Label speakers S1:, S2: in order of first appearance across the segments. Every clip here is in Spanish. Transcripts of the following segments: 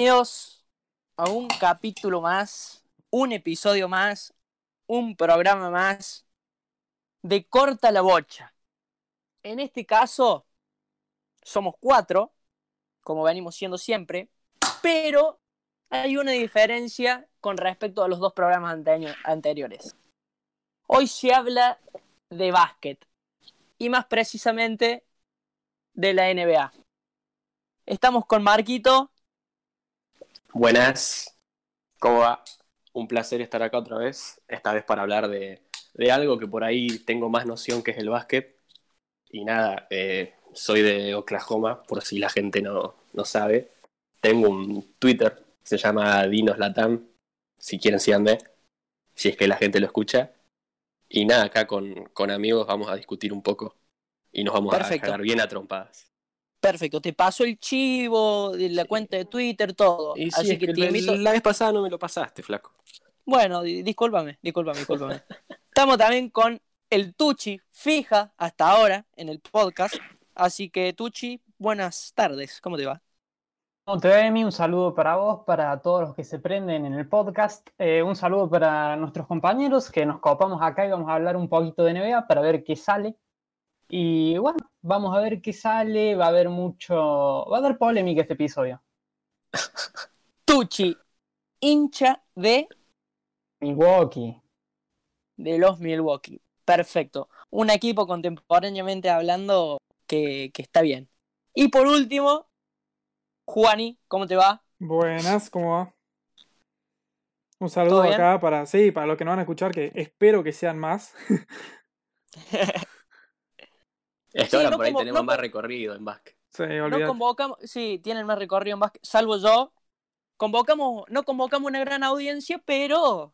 S1: Bienvenidos a un capítulo más, un episodio más, un programa más de Corta la Bocha. En este caso, somos cuatro, como venimos siendo siempre, pero hay una diferencia con respecto a los dos programas anteño- anteriores. Hoy se habla de básquet y más precisamente de la NBA. Estamos con Marquito.
S2: Buenas, ¿cómo va? Un placer estar acá otra vez, esta vez para hablar de, de algo que por ahí tengo más noción que es el básquet. Y nada, eh, soy de Oklahoma, por si la gente no, no sabe. Tengo un Twitter, se llama Dinos Latam, si quieren síganme, si es que la gente lo escucha. Y nada, acá con, con amigos vamos a discutir un poco y nos vamos
S1: Perfecto.
S2: a cagar bien a trompadas.
S1: Perfecto, te paso el chivo de la
S2: Sí.
S1: cuenta de Twitter, todo.
S2: Y
S1: Así
S2: sí, es
S1: que,
S2: que
S1: te
S2: la-
S1: invito.
S2: la vez pasada no me lo pasaste, flaco.
S1: Bueno, di- discúlpame, discúlpame, discúlpame. Estamos también con el Tucci, fija hasta ahora en el podcast. Así que, Tucci, buenas tardes, ¿cómo te va?
S3: No, te doy, Emi, un saludo para vos, para todos los que se prenden en el podcast, eh, un saludo para nuestros compañeros que nos copamos acá y vamos a hablar un poquito de NBA para ver qué sale. Y bueno, vamos a ver qué sale, va a haber mucho, va a haber polémica este episodio.
S1: Tucci, hincha de,
S3: Milwaukee,
S1: de los Milwaukee. Perfecto, un equipo contemporáneamente hablando que, que está bien. Y por último, Juani, ¿cómo te va?
S4: Buenas, ¿cómo va?
S1: ¿Todo
S4: Un saludo
S1: bien?
S4: acá para, sí, para los que no van a escuchar, que espero que sean más.
S2: Es que
S1: Sí,
S2: ahora
S1: no
S2: por ahí
S1: como-
S2: tenemos
S1: no
S2: más
S1: co-
S2: recorrido en básquet.
S4: Sí,
S1: No
S4: olvidate.
S1: convocamos, sí, tienen más recorrido en básquet, salvo yo. Convocamos, no convocamos una gran audiencia, pero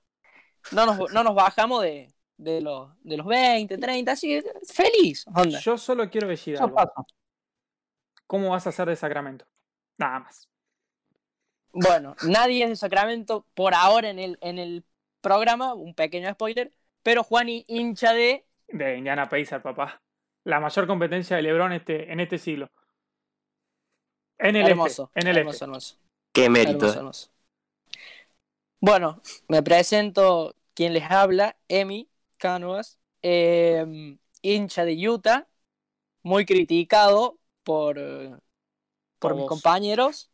S1: no nos, no nos bajamos de, de, los, de los 20, 30, así que feliz. Onda.
S4: Yo solo quiero decir
S3: yo
S4: algo.
S3: paso.
S4: ¿Cómo vas a hacer de Sacramento? Nada más.
S1: Bueno, nadie es de Sacramento por ahora en el, en el programa, un pequeño spoiler, pero Juani hincha de...
S4: De Indiana Pacers, papá. La mayor competencia de LeBron este, en este siglo. En el este,
S1: hermoso,
S4: en el
S1: hermoso,
S4: este.
S1: hermoso.
S2: Qué mérito.
S4: ¿eh?
S2: eh.
S1: Hermoso, hermoso. Bueno, me presento quien les habla, Emi Canovas, eh, hincha de Utah, muy criticado por, eh, por
S4: Por
S1: mis
S4: vos.
S1: compañeros,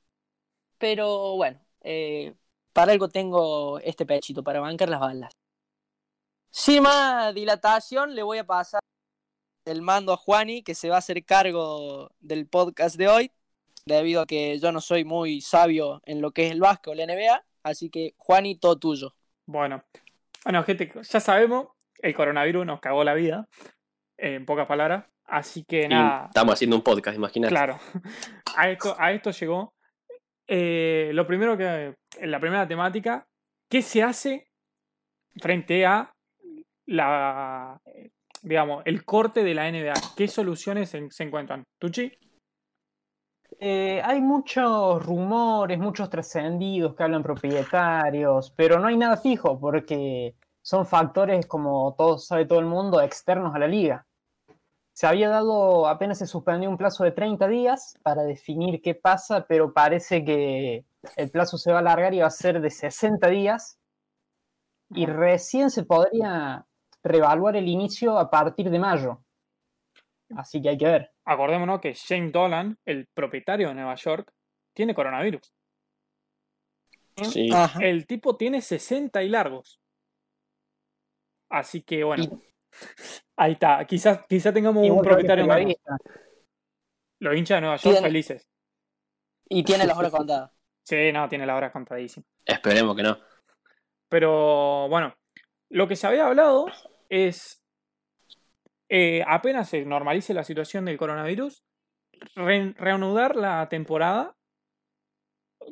S1: pero bueno, eh, para algo tengo este pechito, para bancar las balas. Sin más dilatación, le voy a pasar el mando a Juani, que se va a hacer cargo del podcast de hoy, debido a que yo no soy muy sabio en lo que es el básquet o la NBA, así que Juani, todo tuyo.
S4: Bueno. Bueno, gente, ya sabemos, el coronavirus nos cagó la vida. En pocas palabras. Así que
S2: Y
S4: nada.
S2: estamos haciendo un podcast, imagínate.
S4: Claro, a esto, a esto llegó. Eh, lo primero que. La primera temática, ¿qué se hace frente a la. eh, digamos, el corte de la NBA? ¿Qué soluciones se, se encuentran? ¿Tuchi?
S3: Eh, hay muchos rumores, muchos trascendidos que hablan propietarios, pero no hay nada fijo porque son factores, como todo sabe todo el mundo, externos a la liga. Se había dado, apenas se suspendió un plazo de 30 días para definir qué pasa, pero parece que el plazo se va a alargar y va a ser de 60 días y recién se podría reevaluar el inicio a partir de mayo. Así que hay que ver.
S4: Acordémonos que Shane Dolan, el propietario de Nueva York, tiene coronavirus.
S2: Sí.
S1: Ajá.
S4: El tipo tiene 60 y largos. Así que bueno. Ahí está. Quizás quizá tengamos un
S3: Igual que varios
S4: propietario menos.
S3: periodistas.
S4: Los hinchas de Nueva York
S1: Tiene-
S4: felices.
S1: Y tiene las horas contadas.
S4: Sí, no, tiene la hora contadísima.
S2: Esperemos que no.
S4: Pero bueno, lo que se había hablado es, eh, apenas se normalice la situación del coronavirus, re- reanudar la temporada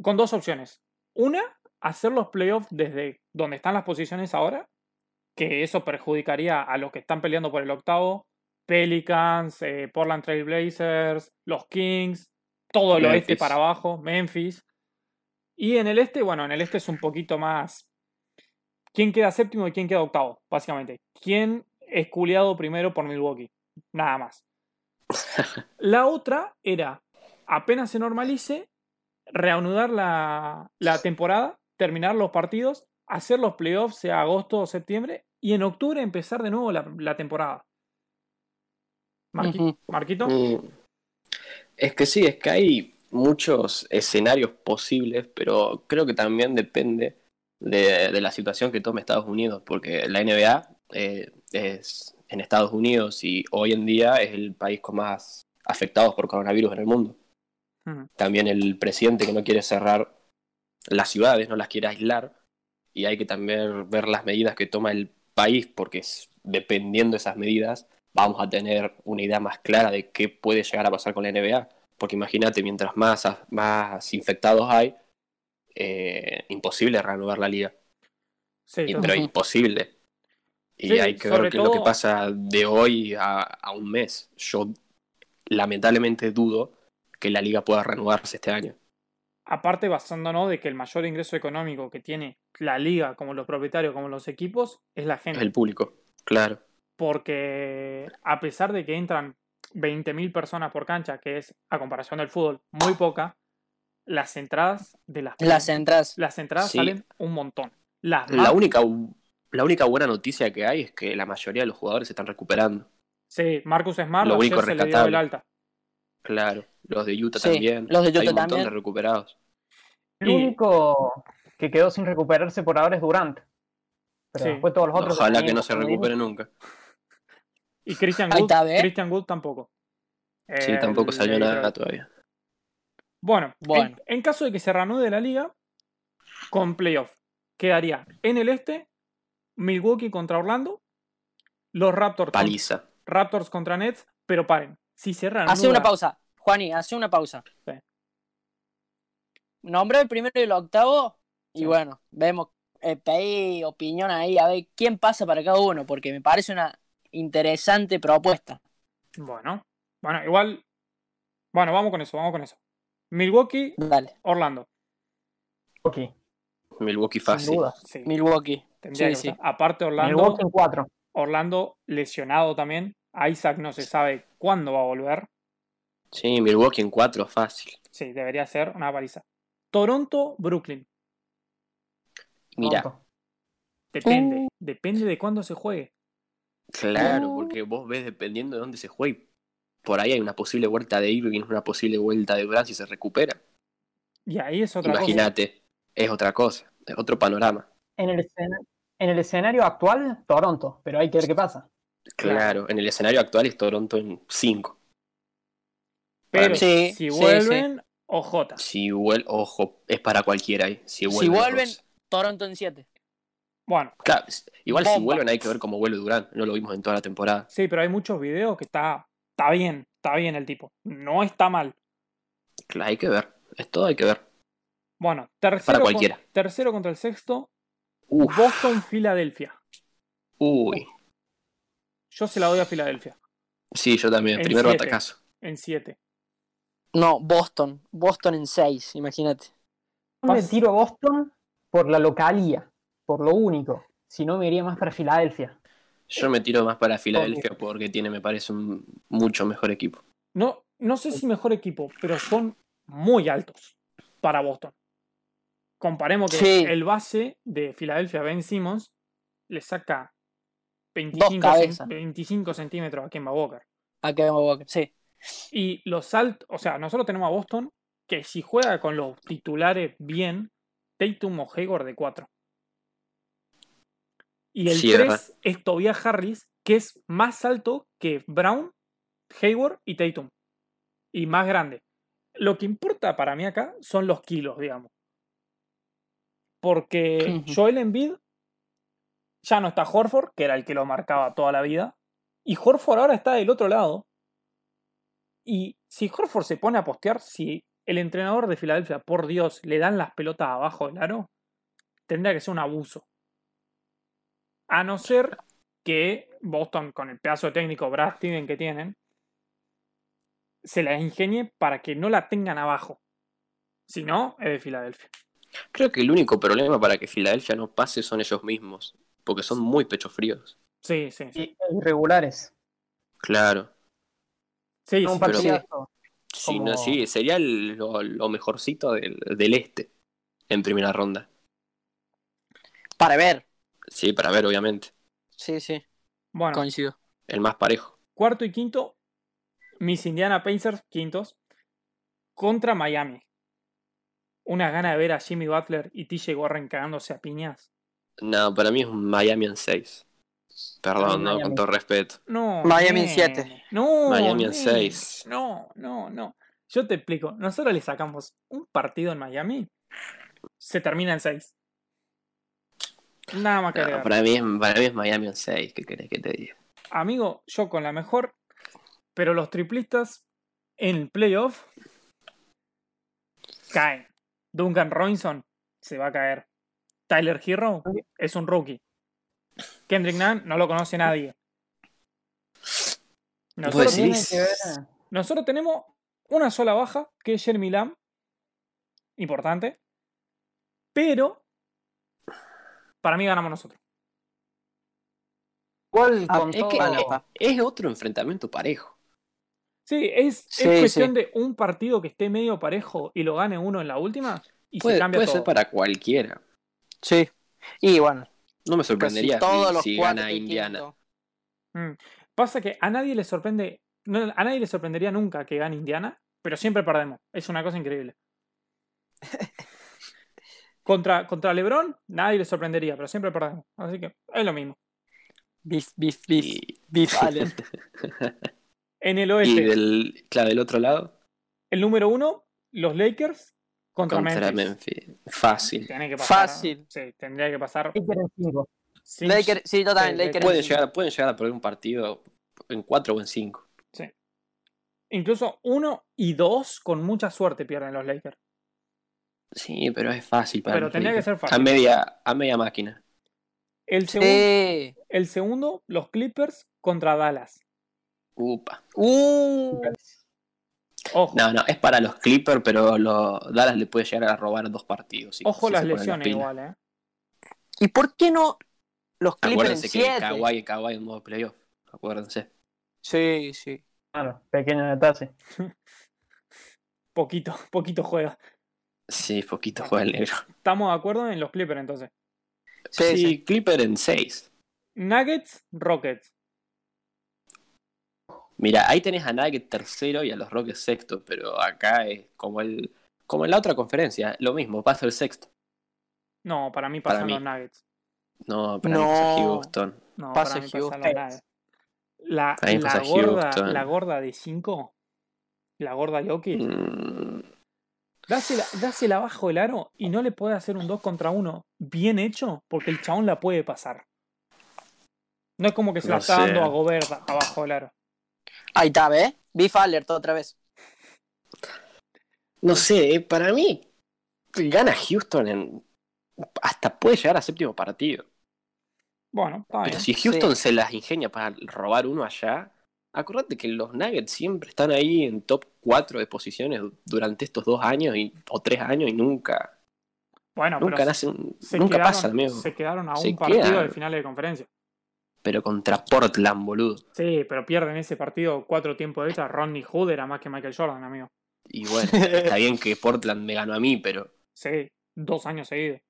S4: con dos opciones. Una, hacer los playoffs desde donde están las posiciones ahora, que eso perjudicaría a los que están peleando por el octavo, Pelicans, eh, Portland Trail Blazers, los Kings, todo el oeste
S2: Memphis.
S4: para abajo, Memphis. Y en el este, bueno, en el este es un poquito más. ¿Quién queda séptimo y quién queda octavo? Básicamente. ¿Quién es culiado primero por Milwaukee? Nada más. La otra era, apenas se normalice, reanudar la, la temporada, terminar los partidos, hacer los playoffs, sea agosto o septiembre, y en octubre empezar de nuevo la, la temporada. Marqui-
S1: Ujú.
S4: Marquito,
S2: Mm. Es que sí, es que hay muchos escenarios posibles, pero creo que también depende de, de la situación que tome Estados Unidos, porque la NBA eh, es en Estados Unidos y hoy en día es el país con más afectados por coronavirus en el mundo.
S4: Ujú.
S2: También el presidente que no quiere cerrar las ciudades, no las quiere aislar, y hay que también ver las medidas que toma el país, porque es- dependiendo de esas medidas vamos a tener una idea más clara de qué puede llegar a pasar con la NBA. Porque imagínate, mientras más, af- más infectados hay, eh, imposible reanudar la liga.
S4: sí,
S2: Y-
S4: to-
S2: pero
S1: Ujú.
S2: imposible. Y
S4: Sí,
S2: hay que
S4: sobre
S2: ver que lo
S4: todo-
S2: que pasa de hoy a, a un mes. Yo lamentablemente dudo que la liga pueda reanudarse este año.
S4: aparte basándonos de que el mayor ingreso económico que tiene la liga, como los propietarios, como los equipos, es la gente.
S2: El público, claro.
S4: porque a pesar de que entran 20.000 personas por cancha, que es a comparación del fútbol muy poca, las entradas de las
S1: Las entradas.
S4: las entradas
S2: Sí.
S4: salen un montón. Las
S2: La
S4: más-
S2: única, la única buena noticia que hay es que la mayoría de los jugadores se están recuperando.
S4: Sí, Marcus Smart
S2: Lo
S4: ayer
S2: único
S4: se le dio el
S2: rescatable.
S4: alta.
S2: Claro. Los de Utah
S1: Sí,
S2: también.
S1: los de Utah
S2: hay un montón
S1: también.
S2: de recuperados.
S3: El
S4: Y-
S3: único que quedó sin recuperarse por ahora es Durant. Pero
S4: Sí.
S3: después todos los otros.
S2: Ojalá
S3: también
S2: que no se
S3: están
S2: recupere nunca.
S4: Y Christian
S1: Ahí
S4: Wood,
S1: está, ¿ves?
S4: Christian Wood tampoco.
S2: Sí,
S4: El-
S2: tampoco salió
S4: el-
S2: nada todavía.
S4: Bueno,
S1: Bueno.
S4: En, en caso de que se reanude la liga, con playoff, quedaría en el este Milwaukee contra Orlando, los Raptors, con-
S2: Paliza.
S4: Raptors contra Nets, pero paren, si se reanuda,
S1: Hace una pausa, Juani, hace una pausa.
S4: Sí.
S1: Nombra el primero y el octavo y
S4: Sí.
S1: bueno, vemos, eh, pedí opinión ahí, a ver quién pasa para cada uno, porque me parece una interesante propuesta.
S4: Bueno, bueno, igual, bueno, vamos con eso, vamos con eso. Milwaukee,
S1: Dale,
S4: Orlando,
S3: Milwaukee,
S2: Milwaukee
S3: sin
S2: fácil.
S3: duda.
S4: sí,
S1: Milwaukee.
S4: tendría
S1: sí,
S4: que
S1: sí.
S4: pasar. Aparte Orlando,
S3: Milwaukee en cuatro.
S4: Orlando lesionado también, Isaac no se sabe cuándo va a volver.
S2: Sí, Milwaukee en cuatro fácil.
S4: Sí, debería ser una paliza. Toronto, Brooklyn.
S2: Mira,
S3: Pronto.
S4: Depende.
S1: Uh.
S4: Depende de cuándo se juegue.
S2: claro, porque vos ves dependiendo de dónde se juegue. Por ahí hay una posible vuelta de Irving, una posible vuelta de Durant si se recupera.
S4: Y ahí es otra
S2: Imagínate, es otra cosa, es otro panorama.
S3: En el, escena- en el escenario actual, Toronto. Pero hay que ver qué pasa.
S2: Claro, en el escenario actual es Toronto en cinco.
S4: cosa. Pero
S2: Para mí.
S1: Sí,
S4: si
S1: sí,
S4: vuelven, OJ.
S2: Si vuelven, ojo, es para cualquiera ahí.
S1: Si
S2: Si vuelven.
S1: vuelven,
S2: Ross.
S1: Toronto en 7.
S4: Bueno,
S2: Claro, igual si
S1: Bomba.
S2: vuelven hay que ver cómo vuelve Durant. No lo vimos en toda la temporada.
S4: sí, pero hay muchos videos que está, está bien. Está bien el tipo. No está mal.
S2: Claro, hay que ver. Es todo hay que ver.
S4: Bueno, tercero,
S2: Para
S4: con-
S2: cualquiera.
S4: tercero contra el sexto.
S2: Uf,
S4: Boston, Filadelfia.
S2: uy.
S4: Yo se la doy a Filadelfia.
S2: Sí, yo también.
S4: En
S2: Primero
S4: siete.
S2: batacazo.
S4: En 7.
S1: No, Boston. Boston en 6, imagínate.
S3: Yo me
S4: Pas-
S3: tiro a Boston por la localía. Por lo único. Si no, me iría más para Filadelfia.
S2: Yo me tiro más para Filadelfia porque tiene, me parece, un mucho mejor equipo.
S4: No, no sé si mejor equipo, pero son muy altos para Boston. Comparemos que
S1: Sí.
S4: el base de Filadelfia, Ben Simmons, le saca 25, cen-
S1: cabezas.
S4: 25 centímetros a Kemba Walker.
S1: A Kevin Walker, sí.
S4: Y los altos, o sea, nosotros tenemos a Boston que si juega con los titulares bien, Tatum o Hayward de 4. Y el
S2: Sí, es
S4: 3 es Tobias Harris, que es más alto que Brown, Hayward y Tatum. Y más grande. Lo que importa para mí acá son los kilos, digamos. Porque
S1: Ujú.
S4: Joel Embiid ya no está Horford, que era el que lo marcaba toda la vida. Y Horford ahora está del otro lado. Y si Horford se pone a postear, si el entrenador de Filadelfia, por Dios, le dan las pelotas abajo del aro, tendría que ser un abuso. A no ser que Boston, con el pedazo de técnico Brad Steven que tienen, se la ingenie para que no la tengan abajo. Si no, es de Filadelfia.
S2: Creo que el único problema para que Filadelfia no pase son ellos mismos, porque son muy pechos fríos.
S4: Sí, sí, sí.
S3: Y- Irregulares.
S2: Claro.
S4: Sí,
S3: No un
S4: sí.
S2: pero-
S3: partidazo.
S2: Sí,
S3: Como-
S2: no, sí, sería el- lo, lo mejorcito del, del este en primera ronda.
S1: Para ver.
S2: Sí, para ver, obviamente.
S1: Sí, sí,
S4: Bueno,
S1: coincido.
S2: El más parejo.
S4: cuarto y quinto, mis Indiana Pacers quintos contra Miami. Una gana de ver a Jimmy Butler y TJ Warren cagándose a piñas.
S2: No, para mí es un Miami en 6.
S3: Ah,
S2: Perdón, no,
S3: Miami.
S2: con todo respeto.
S4: No.
S1: Miami en
S4: nene.
S1: siete.
S4: No.
S2: Miami en
S4: nene.
S2: 6.
S4: No, no, no. Yo te explico. Nosotros le sacamos un partido en Miami. Se termina en 6. Nada más que agregar.
S2: para, mí, es- para mí es Miami en 6, ¿qué querés que te diga?
S4: Amigo, yo con la mejor. Pero los triplistas en el playoff caen. Duncan Robinson se va a caer. Tyler Hero es un rookie. Kendrick Nunn no lo conoce nadie. Nosotros
S2: Pues sí.
S3: tiene que ver-
S4: Nosotros tenemos una sola baja, que es Jeremy Lamb. Importante. Pero. Para mí ganamos nosotros.
S3: Igual
S1: Ah,
S3: con
S1: es que-
S3: todo-
S4: eh,
S1: Bueno,
S2: Es otro enfrentamiento parejo.
S4: Sí, es, es
S1: Sí,
S4: cuestión
S1: sí.
S4: de un partido que esté medio parejo y lo gane uno en la última y
S2: Puede,
S4: se cambia
S2: puede
S4: todo.
S2: ser para cualquiera.
S1: Sí. Y bueno,
S2: No me
S1: casi
S2: sorprendería
S1: todos
S2: si-
S1: los
S2: si
S1: cuatro
S2: gana
S1: y
S2: Indiana.
S1: quinto.
S4: Mm. Pasa que a nadie le sorprende. no, a nadie le sorprendería nunca que gane Indiana, pero siempre perdemos. Es una cosa increíble. Contra, contra LeBron, nadie le sorprendería, pero siempre perdemos. Así que es lo mismo.
S1: Bif, bif, bif.
S2: Y-
S1: Bif, Allen.
S4: En el
S2: Y
S4: oeste,
S2: del, claro, del otro lado,
S4: el número uno, los Lakers contra,
S2: contra
S4: Memphis.
S2: Memphis. Fácil.
S4: Tiene que pasar.
S1: Fácil. Eh,
S4: Sí, tendría que pasar.
S3: Lakers en cinco.
S4: sin-
S1: Lakers, sí, yo también,
S4: Sí,
S1: Lakers.
S2: Pueden llegar, pueden llegar a perder un partido en 4 o en 5.
S4: Incluso uno y dos, con mucha suerte, pierden los Lakers.
S2: Sí, pero es fácil para
S4: Pero
S2: los
S4: tendría que
S2: Lakers.
S4: ser fácil.
S2: A media, a media máquina.
S4: El, segun-
S1: Sí.
S4: el segundo, los Clippers contra Dallas.
S2: Upa.
S1: Uh,
S4: Ojo,
S2: No, no, es para los Clippers, pero lo- Dallas le puede llegar a robar dos partidos. sí,
S4: ojo
S2: si
S4: las
S2: se ponen
S4: lesiones
S2: pilas.
S4: igual, ¿eh?
S1: ¿Y por qué no los Clippers
S2: Acuérdense
S1: en
S2: que
S1: 7?
S2: Kawhi, Kawhi en modo playoff. Acuérdense.
S1: Sí, sí.
S3: Claro, pequeño detalle.
S4: Poquito, poquito juega.
S2: Sí, poquito juega el negro.
S4: Estamos de acuerdo en los Clippers entonces.
S1: Sí,
S2: Sí,
S1: sí.
S2: Clipper en 6.
S4: Nuggets, Rockets.
S2: Mira, ahí tenés a Nugget tercero y a los Rockets sexto, pero acá es como el como en la otra conferencia, lo mismo, pasa el sexto.
S4: No, para mí
S2: Para
S4: pasan
S2: mí.
S4: los Nuggets.
S2: No, para
S1: No.
S2: mí pasa Houston.
S4: No,
S1: Pasa
S4: para mí pasan los
S1: Houston.
S4: Nuggets. La,
S2: Para mí
S4: la
S2: pasa
S4: gorda,
S2: Houston.
S4: la gorda de 5. La gorda Jokic.
S2: Mm,
S4: Dásela, dásela abajo del aro y no le puede hacer un 2 contra 1 bien hecho porque el chabón la puede pasar. No es como que se la
S2: No
S4: está
S2: sé.
S4: dando a Gobert abajo del aro.
S1: Ahí está, ¿ves? Biff Alert otra vez.
S2: No sé, eh, para mí gana Houston en hasta puede llegar a séptimo partido.
S4: Bueno, está bien.
S2: Pero si Houston se las ingenia para robar uno allá, acordate que los Nuggets siempre están ahí en top 4 de posiciones durante estos dos años y- o tres años y nunca,
S4: Bueno,
S2: nunca,
S4: pero
S2: nacen,
S4: se,
S2: nunca
S4: quedaron,
S2: pasa, amigo.
S4: se quedaron a
S2: Se
S4: un partido
S2: quedan.
S4: de finales de conferencia.
S2: Pero contra Portland, boludo.
S4: Sí, pero pierden ese partido cuatro tiempos de extra. Rodney Hood era más que Michael Jordan, amigo.
S2: Y bueno, está bien que Portland me ganó a mí, pero
S4: Sí, dos años seguidos.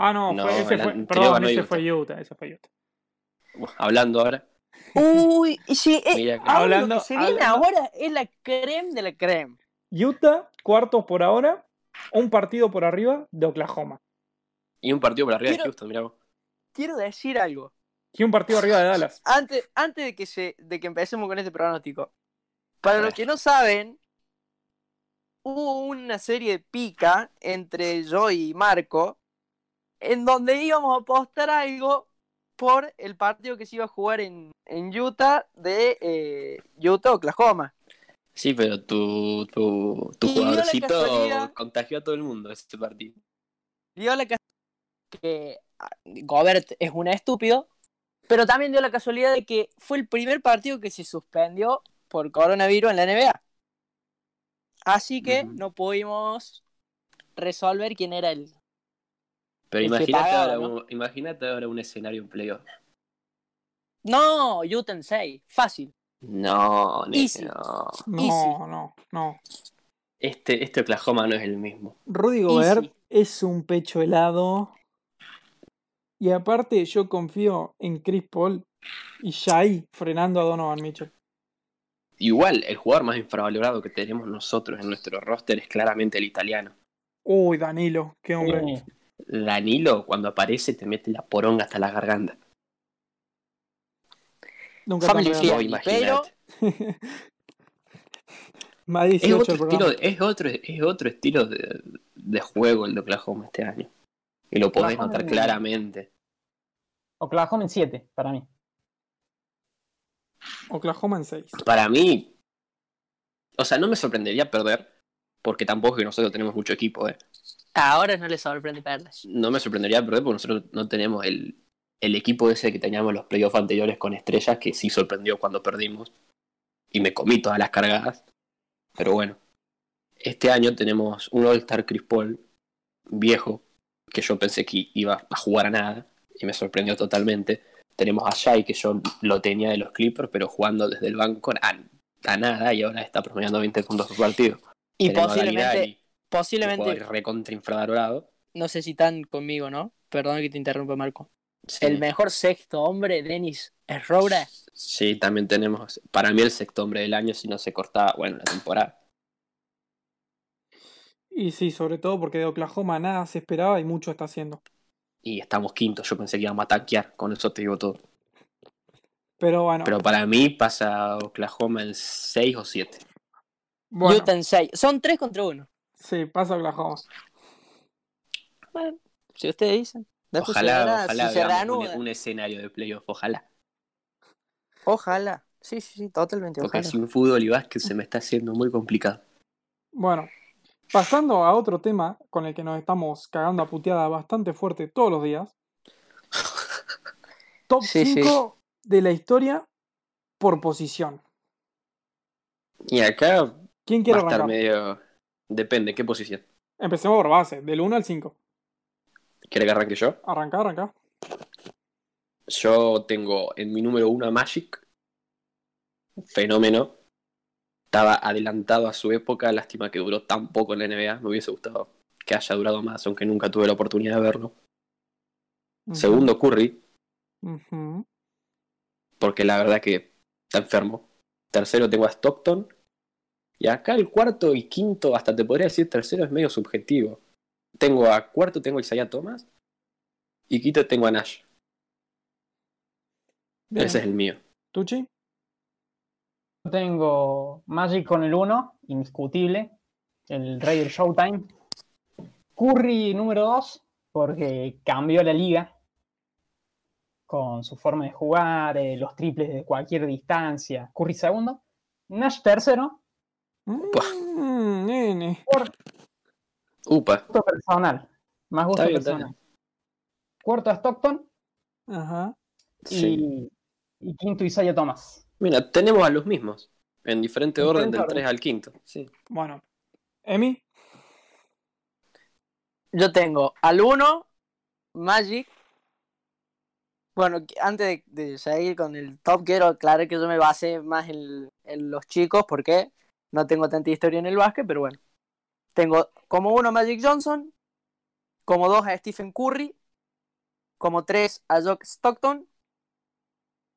S4: Ah, no,
S2: No,
S4: fue- ese
S2: el
S4: fue,
S2: anterior
S4: perdón,
S2: ganó
S4: ese
S2: Utah.
S4: fue Utah, ese fue Utah.
S2: bueno, hablando ahora,
S1: Uy, y sí, eh,
S2: mira que-
S1: ahora
S4: Hablando-
S1: lo que se viene
S4: hablando-
S1: ahora es la creme de la creme.
S4: Utah, cuartos por ahora, un partido por arriba de Oklahoma.
S2: y un partido por arriba de
S1: Quiero-
S2: Houston, mirá vos.
S1: Quiero decir algo.
S4: Y un partido arriba de Dallas.
S1: Antes, antes de, que se, de que empecemos con este pronóstico. Para
S2: A
S1: los
S2: ver.
S1: que no saben, hubo una serie de pica entre yo y Marco en donde íbamos a apostar algo por el partido que se iba a jugar en, en Utah de eh, Utah-Oklahoma.
S2: Sí, pero tu, tu, tu
S1: Y dio la
S2: jugadorcito
S1: casualidad-
S2: contagió a todo el mundo ese partido.
S1: dio la casualidad que ah, Gobert es un estúpido, pero también dio la casualidad de que fue el primer partido que se suspendió por coronavirus en la NBA. Así que
S2: Ujú.
S1: no pudimos resolver quién era el
S2: Pero
S1: El que
S2: imagínate
S1: pagaba,
S2: ahora,
S1: ¿no?
S2: un- imagínate ahora un escenario en playoff.
S1: No, Utah 6, fácil.
S2: No,
S1: Easy.
S2: nene, no.
S1: Easy.
S4: No, no, no.
S2: Este, este Oklahoma no es el mismo.
S4: Rudy Gobert es un pecho helado. Y aparte, yo confío en Chris Paul y Shai frenando a Donovan Mitchell.
S2: Igual, el jugador más infravalorado que tenemos nosotros en nuestro roster es claramente el italiano.
S4: Uy, Danilo, qué hombre.
S3: Sí.
S2: Danilo, cuando aparece, te mete la poronga hasta la garganta.
S4: Nunca
S1: Family
S4: cambiará.
S2: No,
S1: Friendly,
S2: imagínate.
S1: pero
S4: Más
S2: Es
S4: 18
S2: otro,
S4: el programa.
S2: estilo, es otro, es otro estilo de, de juego el de Oklahoma este año. Y lo podés
S3: Oklahoma
S2: notar
S3: es-
S2: claramente.
S3: Oklahoma en 7, para mí.
S4: Oklahoma en 6.
S2: Para mí, o sea, no me sorprendería perder, porque tampoco es que nosotros tenemos mucho equipo, ¿eh?
S1: ahora no les sorprende perder.
S2: No me sorprendería perder porque nosotros no tenemos el, el equipo ese que teníamos en los playoffs anteriores con estrellas, que sí sorprendió cuando perdimos. Y me comí todas las cargadas. Pero bueno, este año tenemos un All-Star Chris Paul viejo, que yo pensé que iba a jugar a nada, y me sorprendió totalmente. Tenemos a Shai, que yo lo tenía de los Clippers, pero jugando desde el banco a, a nada, y ahora está promediando 20 puntos por partido.
S1: Y
S2: Tenemos a
S1: posiblemente,
S2: Dalidari, que
S1: posiblemente,
S2: juega recontra infravalorado.
S1: no sé si están conmigo, ¿no? Perdón que te interrumpa, Marco.
S2: Sí.
S1: El mejor sexto hombre, Denis, es Roura.
S2: Sí, también tenemos, para mí el sexto hombre del año si no se cortaba, bueno, la temporada.
S4: Y sí, sobre todo porque de Oklahoma nada se esperaba y mucho está haciendo.
S2: Y estamos quinto, yo pensé que íbamos a tanquear, con eso te digo todo.
S4: Pero bueno,
S2: Pero para mí pasa Oklahoma en 6 o 7.
S4: bueno
S1: Utah en 6. Son 3 contra 1.
S4: sí, pasa Oklahoma.
S1: Si ustedes dicen. Después se verá
S2: Ojalá, ojalá
S1: si se
S2: veamos un-
S1: reanuda.
S2: un, escenario de playoff, ojalá.
S1: Ojalá. Sí, sí, sí, totalmente.
S2: Porque
S1: ojalá.
S2: sin fútbol y básquet se me está haciendo muy complicado.
S4: Bueno, pasando a otro tema con el que nos estamos cagando a puteada bastante fuerte todos los días. Top
S1: Sí, sí.
S4: 5 de la historia por posición.
S2: Y acá va
S4: ¿Quién
S2: a
S4: quiere
S2: estar
S4: arrancar?
S2: medio... Depende, ¿qué posición?
S4: Empecemos por base, del 1 al 5.
S2: ¿Quiere que arranque yo?
S4: Arranca, arranca.
S2: Yo tengo en mi número uno a Magic. Fenómeno. Estaba adelantado a su época, lástima que duró tan poco en la NBA. Me hubiese gustado que haya durado más, aunque nunca tuve la oportunidad de verlo.
S4: Ujú,
S2: Segundo, Curry,
S4: ujú.
S2: porque la verdad que está enfermo. Tercero, tengo a Stockton. Y acá el cuarto y quinto, hasta te podría decir tercero, es medio subjetivo. Tengo a cuarto, tengo a Isaiah Thomas. Y quinto, tengo a Nash.
S4: Bien.
S2: Ese es el mío.
S4: ¿Tucci?
S3: Yo tengo Magic con el 1, indiscutible, el rey del Showtime. Curry número 2, porque cambió la liga con su forma de jugar, eh, los triples de cualquier distancia. Curry segundo. Nash tercero,
S4: Mm, nene.
S2: Upa,
S3: gusto personal. Más gusto
S2: bien, está
S3: personal. Cuarto a Stockton
S4: Ajá.
S2: sí.
S3: y, y quinto Isaiah Thomas.
S2: Mira, tenemos a los mismos. En diferente
S3: Diferente
S2: orden, del
S3: orden.
S2: 3 al quinto. Sí.
S4: Bueno. Emi,
S1: Yo tengo al 1, Magic. Bueno, que- antes de, de seguir con el top, quiero aclarar que yo me basé más en, en los chicos porque no tengo tanta historia en el básquet, pero bueno. Tengo como 1 Magic Johnson, como 2 a Stephen Curry, como 3 a Jock Stockton,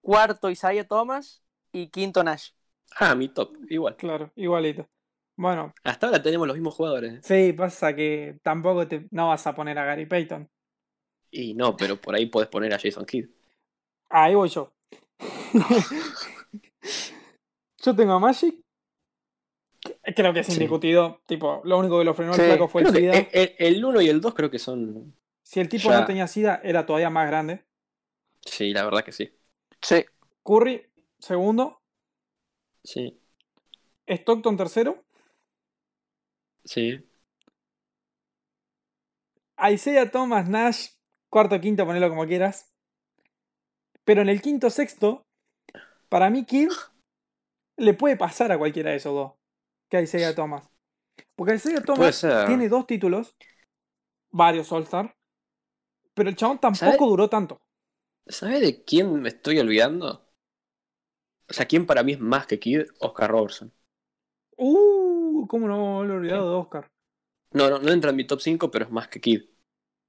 S1: cuarto Isaiah Thomas y quinto Nash.
S2: Ah, mi top, igual.
S4: claro, igualito. Bueno,
S2: Hasta ahora tenemos los mismos jugadores. ¿eh?
S4: sí, pasa que tampoco te, no vas a poner a Gary Payton.
S2: Y no, pero por ahí podés poner a Jason Kidd.
S4: Ahí voy yo. yo tengo a Magic. que- Creo que es
S2: Sí.
S4: indiscutido. Tipo, lo único que lo frenó
S1: Sí,
S4: el flaco fue el
S2: Creo que
S4: SIDA.
S2: el- el- el 1 y el 2 creo que son.
S4: si el tipo
S2: ya.
S4: no tenía SIDA, era todavía más grande.
S2: Sí, la verdad que sí.
S1: Sí.
S4: Curry, segundo.
S2: Sí,
S4: Stockton, tercero.
S2: sí.
S4: Isaiah Thomas, Nash, cuarto, quinto, ponelo como quieras. Pero en el quinto, sexto, para mí Kidd le puede pasar a cualquiera de esos dos que a Isaiah Thomas. Porque Isaiah
S2: Puede
S4: Thomas
S2: ser.
S4: tiene dos títulos, varios All-Star, pero el chabón tampoco
S2: ¿Sabe?
S4: duró tanto.
S2: ¿Sabes de quién me estoy olvidando? O sea, ¿quién para mí es más que Kid? Oscar Robertson.
S4: Uh, ¿cómo no lo he olvidado de Oscar?
S2: No, no, no entra en mi top 5, pero es más que Kid.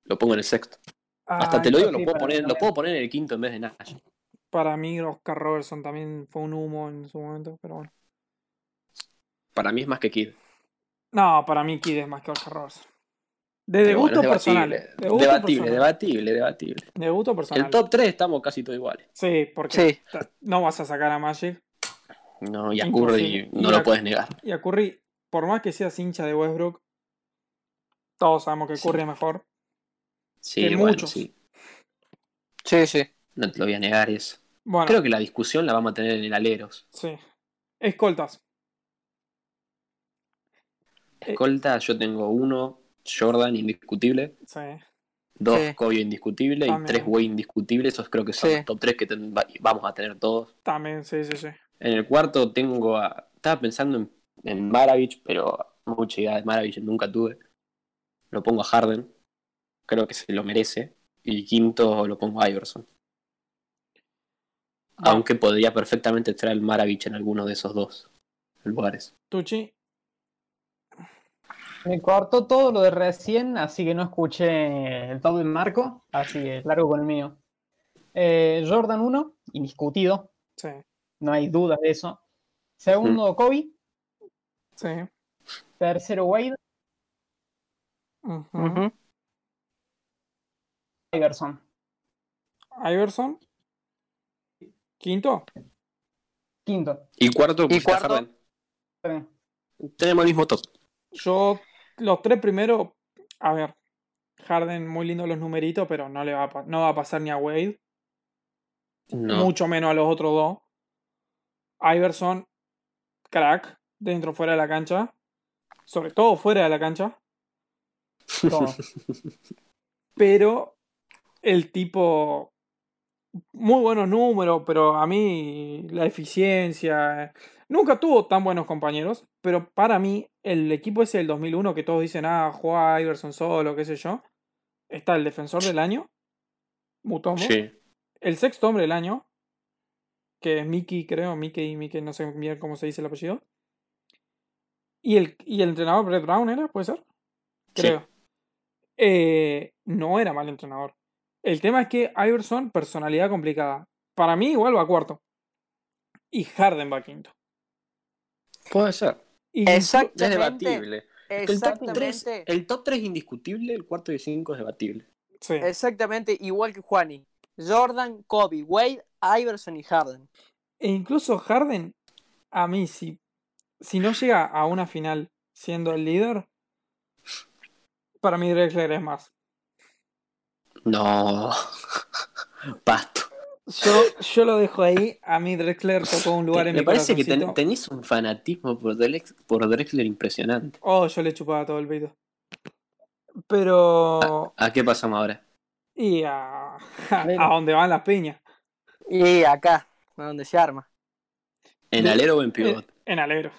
S2: Lo pongo en el sexto. Hasta
S4: Ah,
S2: te lo digo,
S3: yo
S2: lo
S3: sí,
S2: puedo,
S3: para mí
S2: poner, lo
S3: también.
S2: puedo poner en el quinto en vez de Nash.
S4: Para mí, Oscar Robertson también fue un humo en su momento, pero bueno.
S2: Para mí es más que Kid.
S4: No, para mí Kid es más que Oscar Robertson. Desde
S2: Pero bueno,
S4: gustos
S2: es
S4: personales. De gustos
S2: Debatible,
S4: personales.
S2: debatible, debatible.
S4: De gusto personal.
S2: El top 3 estamos casi todos iguales.
S4: Sí, porque
S1: Sí.
S4: ta- no vas a sacar a Magic
S2: No, y a
S4: Imposible.
S2: Curry no
S4: Y a-
S2: lo puedes negar.
S4: y a Curry, por más que seas hincha de Westbrook, todos sabemos que
S2: Sí.
S4: Curry es mejor.
S2: Sí,
S4: Que
S2: bueno,
S4: muchos.
S2: sí.
S1: Sí, sí.
S2: No te lo voy a negar eso.
S4: Bueno,
S2: Creo que la discusión la vamos a tener en el Aleros.
S4: sí. Escoltas. Eh.
S2: Escolta, yo tengo uno, Jordan, indiscutible.
S4: Sí.
S2: Dos,
S1: Sí.
S2: Kobe, indiscutible.
S4: También.
S2: Y tres, Wade, indiscutible. Esos creo que son
S1: Sí.
S2: los top 3 que ten- va- vamos a tener todos.
S4: También, sí, sí, sí.
S2: En el cuarto tengo a... Estaba pensando en, en Maravich, pero mucha idea de Maravich nunca tuve. Lo pongo a Harden. Creo que se lo merece. Y quinto lo pongo a Iverson. Aunque podría perfectamente estar el Maravich en alguno de esos dos lugares.
S4: Tucci,
S3: Me cortó todo lo de recién, así que no escuché el top del marco, así que largo con el mío. Eh, Jordan 1, indiscutido,
S4: sí,
S3: no hay dudas de eso. Segundo, Kobe.
S4: sí.
S3: Tercero, Wade.
S4: Ujú.
S1: Ujú.
S3: Iverson.
S4: Iverson. Quinto.
S3: Quinto.
S2: Y cuarto, pusiste a
S1: cuarto?
S2: Harden.
S3: perdón.
S2: Tenemos el mismo top.
S4: Yo, los tres primeros, a ver, Harden, muy lindo los numeritos, pero no le va a, pa- no va a pasar ni a Wade,
S2: No.
S4: mucho menos a los otros dos. Iverson, crack, dentro fuera de la cancha, sobre todo fuera de la cancha,
S3: Todo.
S4: pero el tipo, muy buenos números, pero a mí la eficiencia, eh, nunca tuvo tan buenos compañeros, pero para mí el equipo ese del 2001 que todos dicen, ah, juega Iverson solo, qué sé yo, está el defensor del año, Mutombo,
S2: Sí.
S4: el sexto hombre del año, que es Mickey, creo, Mickey, Mickey, no sé bien cómo se dice el apellido. Y el, y el entrenador Brett Brown era, puede ser,
S2: Sí.
S4: creo. Eh, no era mal entrenador. El tema es que Iverson, personalidad complicada. Para mí igual va cuarto. Y Harden va quinto.
S2: Puede ser.
S4: Y
S2: Es
S1: Exactamente.
S2: debatible. El top, 3,
S1: Exactamente.
S2: el top 3 es indiscutible, el cuarto y 5 es debatible.
S4: sí,
S1: Exactamente igual que Juani. Jordan, Kobe, Wade, Iverson y Harden.
S4: E incluso Harden, a mí, si, si no llega a una final siendo el líder, para mí Drexler es más.
S2: No. Pasto.
S4: Yo, yo lo dejo ahí. A mí Drexler tocó un lugar en
S2: Eh, Me
S4: mi
S2: parece que ten-
S4: corazoncito.
S2: tenés un fanatismo por, Drex- por Drexler impresionante.
S4: Oh, yo le chupaba todo el pito. Pero.
S2: ¿A qué pasamos ahora?
S4: Y a.
S3: Mira.
S4: A donde van las piñas.
S1: Y acá, a donde se arma.
S2: ¿En
S4: Sí.
S2: alero o en
S4: En,
S2: pivot?
S4: en aleros.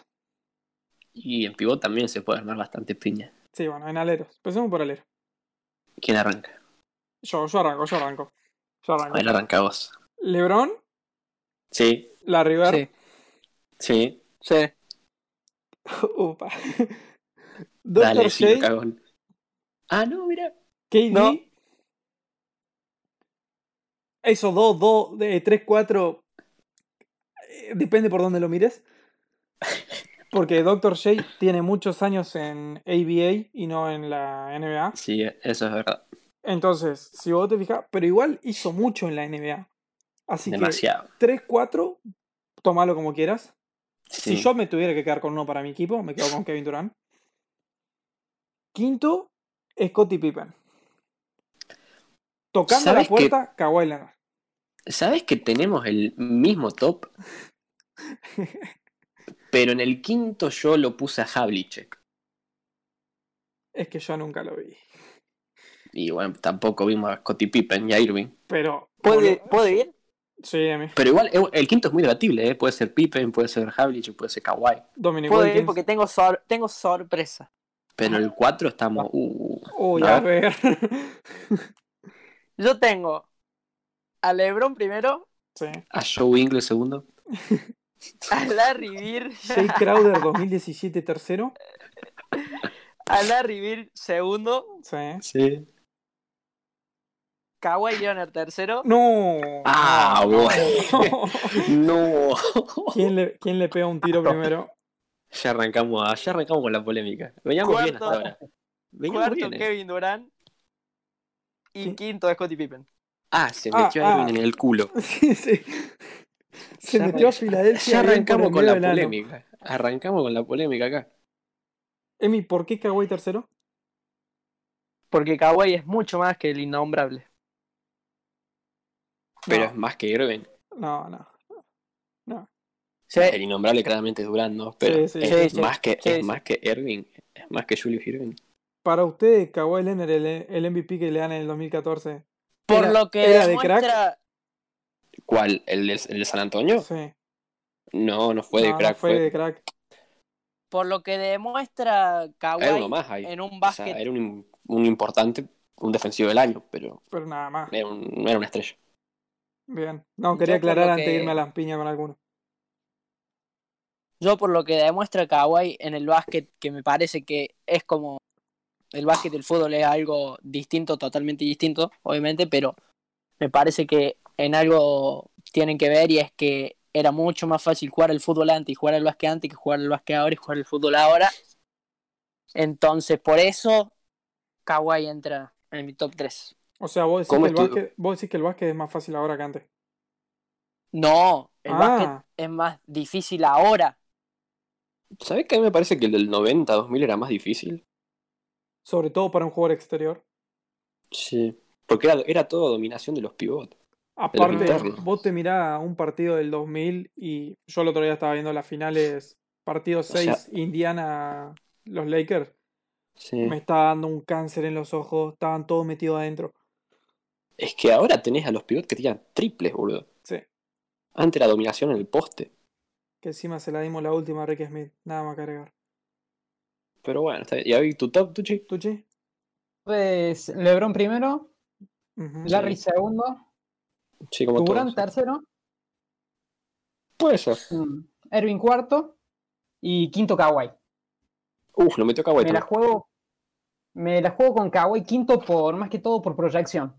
S2: Y en pivot también se puede armar bastante piña.
S4: Sí, bueno, en aleros. Empecemos por aleros.
S2: ¿Quién arranca?
S4: Yo, yo arranco, yo arranco. Yo
S2: A
S4: arranco.
S2: ver, arranca vos.
S4: Lebron,
S2: Sí,
S4: la River.
S1: Sí,
S2: sí.
S1: sí.
S4: Upa.
S2: Dale,
S4: Doctor
S2: sí, lo
S4: J,
S2: cagón. Ah, no, mira.
S4: KD.
S1: No.
S4: Esos dos, dos, de tres, cuatro. eh, Depende por dónde lo mires. Porque Dr. J tiene muchos años en ABA y no en la NBA.
S2: Sí, eso es verdad.
S4: Entonces, si vos te fijas, pero igual hizo mucho en la NBA. Así
S2: Demasiado.
S4: que 3-4, tomalo como quieras.
S2: Sí.
S4: Si yo me tuviera que quedar con uno para mi equipo, me quedo con Kevin Durant. Quinto, Scottie Pippen. Tocando la
S2: ¿Sabes qué?
S4: puerta, Kawhi Leonard.
S2: ¿Sabes que tenemos el mismo top? Pero en el quinto yo lo puse a Havlicek.
S4: Es que yo nunca lo vi.
S2: Y bueno, tampoco vimos a Scottie Pippen y a Irving.
S4: Pero.
S1: ¿Puede,
S4: boludo,
S1: ¿puede ir?
S4: Sí, a mí.
S2: Pero igual, eh, el quinto es muy debatible, ¿eh? Puede ser Pippen, puede ser Havlicek, puede ser Kawhi.
S4: Dominic
S1: Puedo ir
S4: Wilkins.
S1: porque tengo, sor- tengo sorpresa.
S2: Pero en el cuatro estamos... uh,
S4: Uy,
S2: No.
S4: a ver.
S1: Yo tengo a LeBron primero,
S4: sí.
S2: a Joe Ingles segundo.
S1: A Larry Bird.
S4: Jay Crowder 2017 tercero.
S1: A Larry Bird segundo.
S4: Sí.
S2: Sí.
S1: Kawhi Leonard tercero.
S4: No.
S2: Ah, bueno.
S4: No.
S2: No.
S4: ¿Quién, le, ¿Quién le pega un tiro primero?
S2: Ya arrancamos, a- ya arrancamos con la polémica. Veníamos bien
S1: Cuarto-
S2: hasta ahora. Veníamos
S1: Cuarto
S2: bien, eh.
S1: Kevin Durant. Y
S4: Sí.
S1: quinto Scottie Pippen.
S2: Ah, se
S4: Ah,
S2: metió
S4: ah.
S2: Irving en el culo.
S4: Sí, sí. Se
S2: Ya
S4: metió a
S2: arran-
S4: Filadelfia.
S2: Ya
S4: bien
S2: arrancamos
S4: por
S2: con
S4: el
S2: la
S4: medio del ano.
S2: polémica. Arrancamos con la polémica acá.
S4: Emi, ¿por qué Kawhi tercero?
S1: Porque Kawhi es mucho más que el innombrable.
S2: Pero
S4: No.
S2: es más que Irving.
S4: No, no.
S2: El innombrable claramente es Durant, ¿no? Pero
S4: Sí, sí.
S2: es,
S1: Sí, sí.
S2: Más que,
S1: Sí,
S2: es
S1: sí.
S2: más que Irving. Es más que Julius Irving.
S4: Para ustedes, Kawhi Leonard, el, el MVP que le dan en el 2014.
S1: Por
S4: Era-
S1: lo que
S4: era de
S1: demuestra.
S2: ¿Cuál? ¿El de, el de San Antonio?
S4: Sí.
S2: No, no fue
S4: No,
S2: de
S4: no
S2: crack.
S4: fue
S2: fue
S4: de crack.
S1: Por lo que demuestra Kawhi
S2: Era uno más ahí.
S1: en un
S2: O
S1: básquet.
S2: sea, era un, un importante, un defensivo del año, pero
S4: Pero nada más.
S2: era un- no era una estrella.
S4: Bien. No,
S1: Yo
S4: quería
S1: por lo
S4: aclarar antes de
S1: que-
S4: irme a las piñas con alguno.
S1: Yo por lo que demuestra Kawhi en el básquet, que me parece que es como el básquet del fútbol es algo distinto, totalmente distinto, obviamente, pero me parece que en algo tienen que ver y es que era mucho más fácil jugar al fútbol antes y jugar al básquet antes que jugar al básquet ahora y jugar al fútbol ahora. Entonces, por eso Kawhi entra en mi top 3.
S4: O sea, vos decís,
S2: ¿Cómo
S4: que el,
S2: estuvo?
S4: básquet, vos decís que el básquet es más fácil ahora que antes.
S1: No, el
S4: Ah.
S1: básquet es más difícil ahora.
S2: ¿Sabés que a mí me parece que el del 90-2000 era más difícil?
S4: Sobre todo para un jugador exterior.
S2: Sí. Porque era, era todo dominación de los pivotes.
S4: Aparte,
S2: interno.
S4: vos te mirás un partido del 2000 y yo el otro día estaba viendo las finales, partido
S2: sea-
S4: 6, Indiana, los Lakers.
S2: Sí.
S4: Me estaba dando un cáncer en los ojos, estaban todos metidos adentro.
S2: Es que ahora tenés a los pivotes que tiran triples, boludo.
S4: Sí,
S2: Antes era dominación en el poste.
S4: que encima se la dimos la última a Ricky Smith, nada más que agregar.
S2: Pero bueno, está bien. ¿Y ahí tu top, Tuchi?
S4: ¿Tuchi?
S3: Pues LeBron primero,
S4: Ujú.
S3: Larry segundo,
S2: Sí, como
S3: Durant
S2: todos.
S3: tercero,
S2: Puede ser.
S3: mm, Erving cuarto y quinto Kawhi.
S2: Uf, lo metió Kawhi.
S3: Me la
S2: también.
S3: juego, me la juego con Kawhi quinto por más que todo por proyección.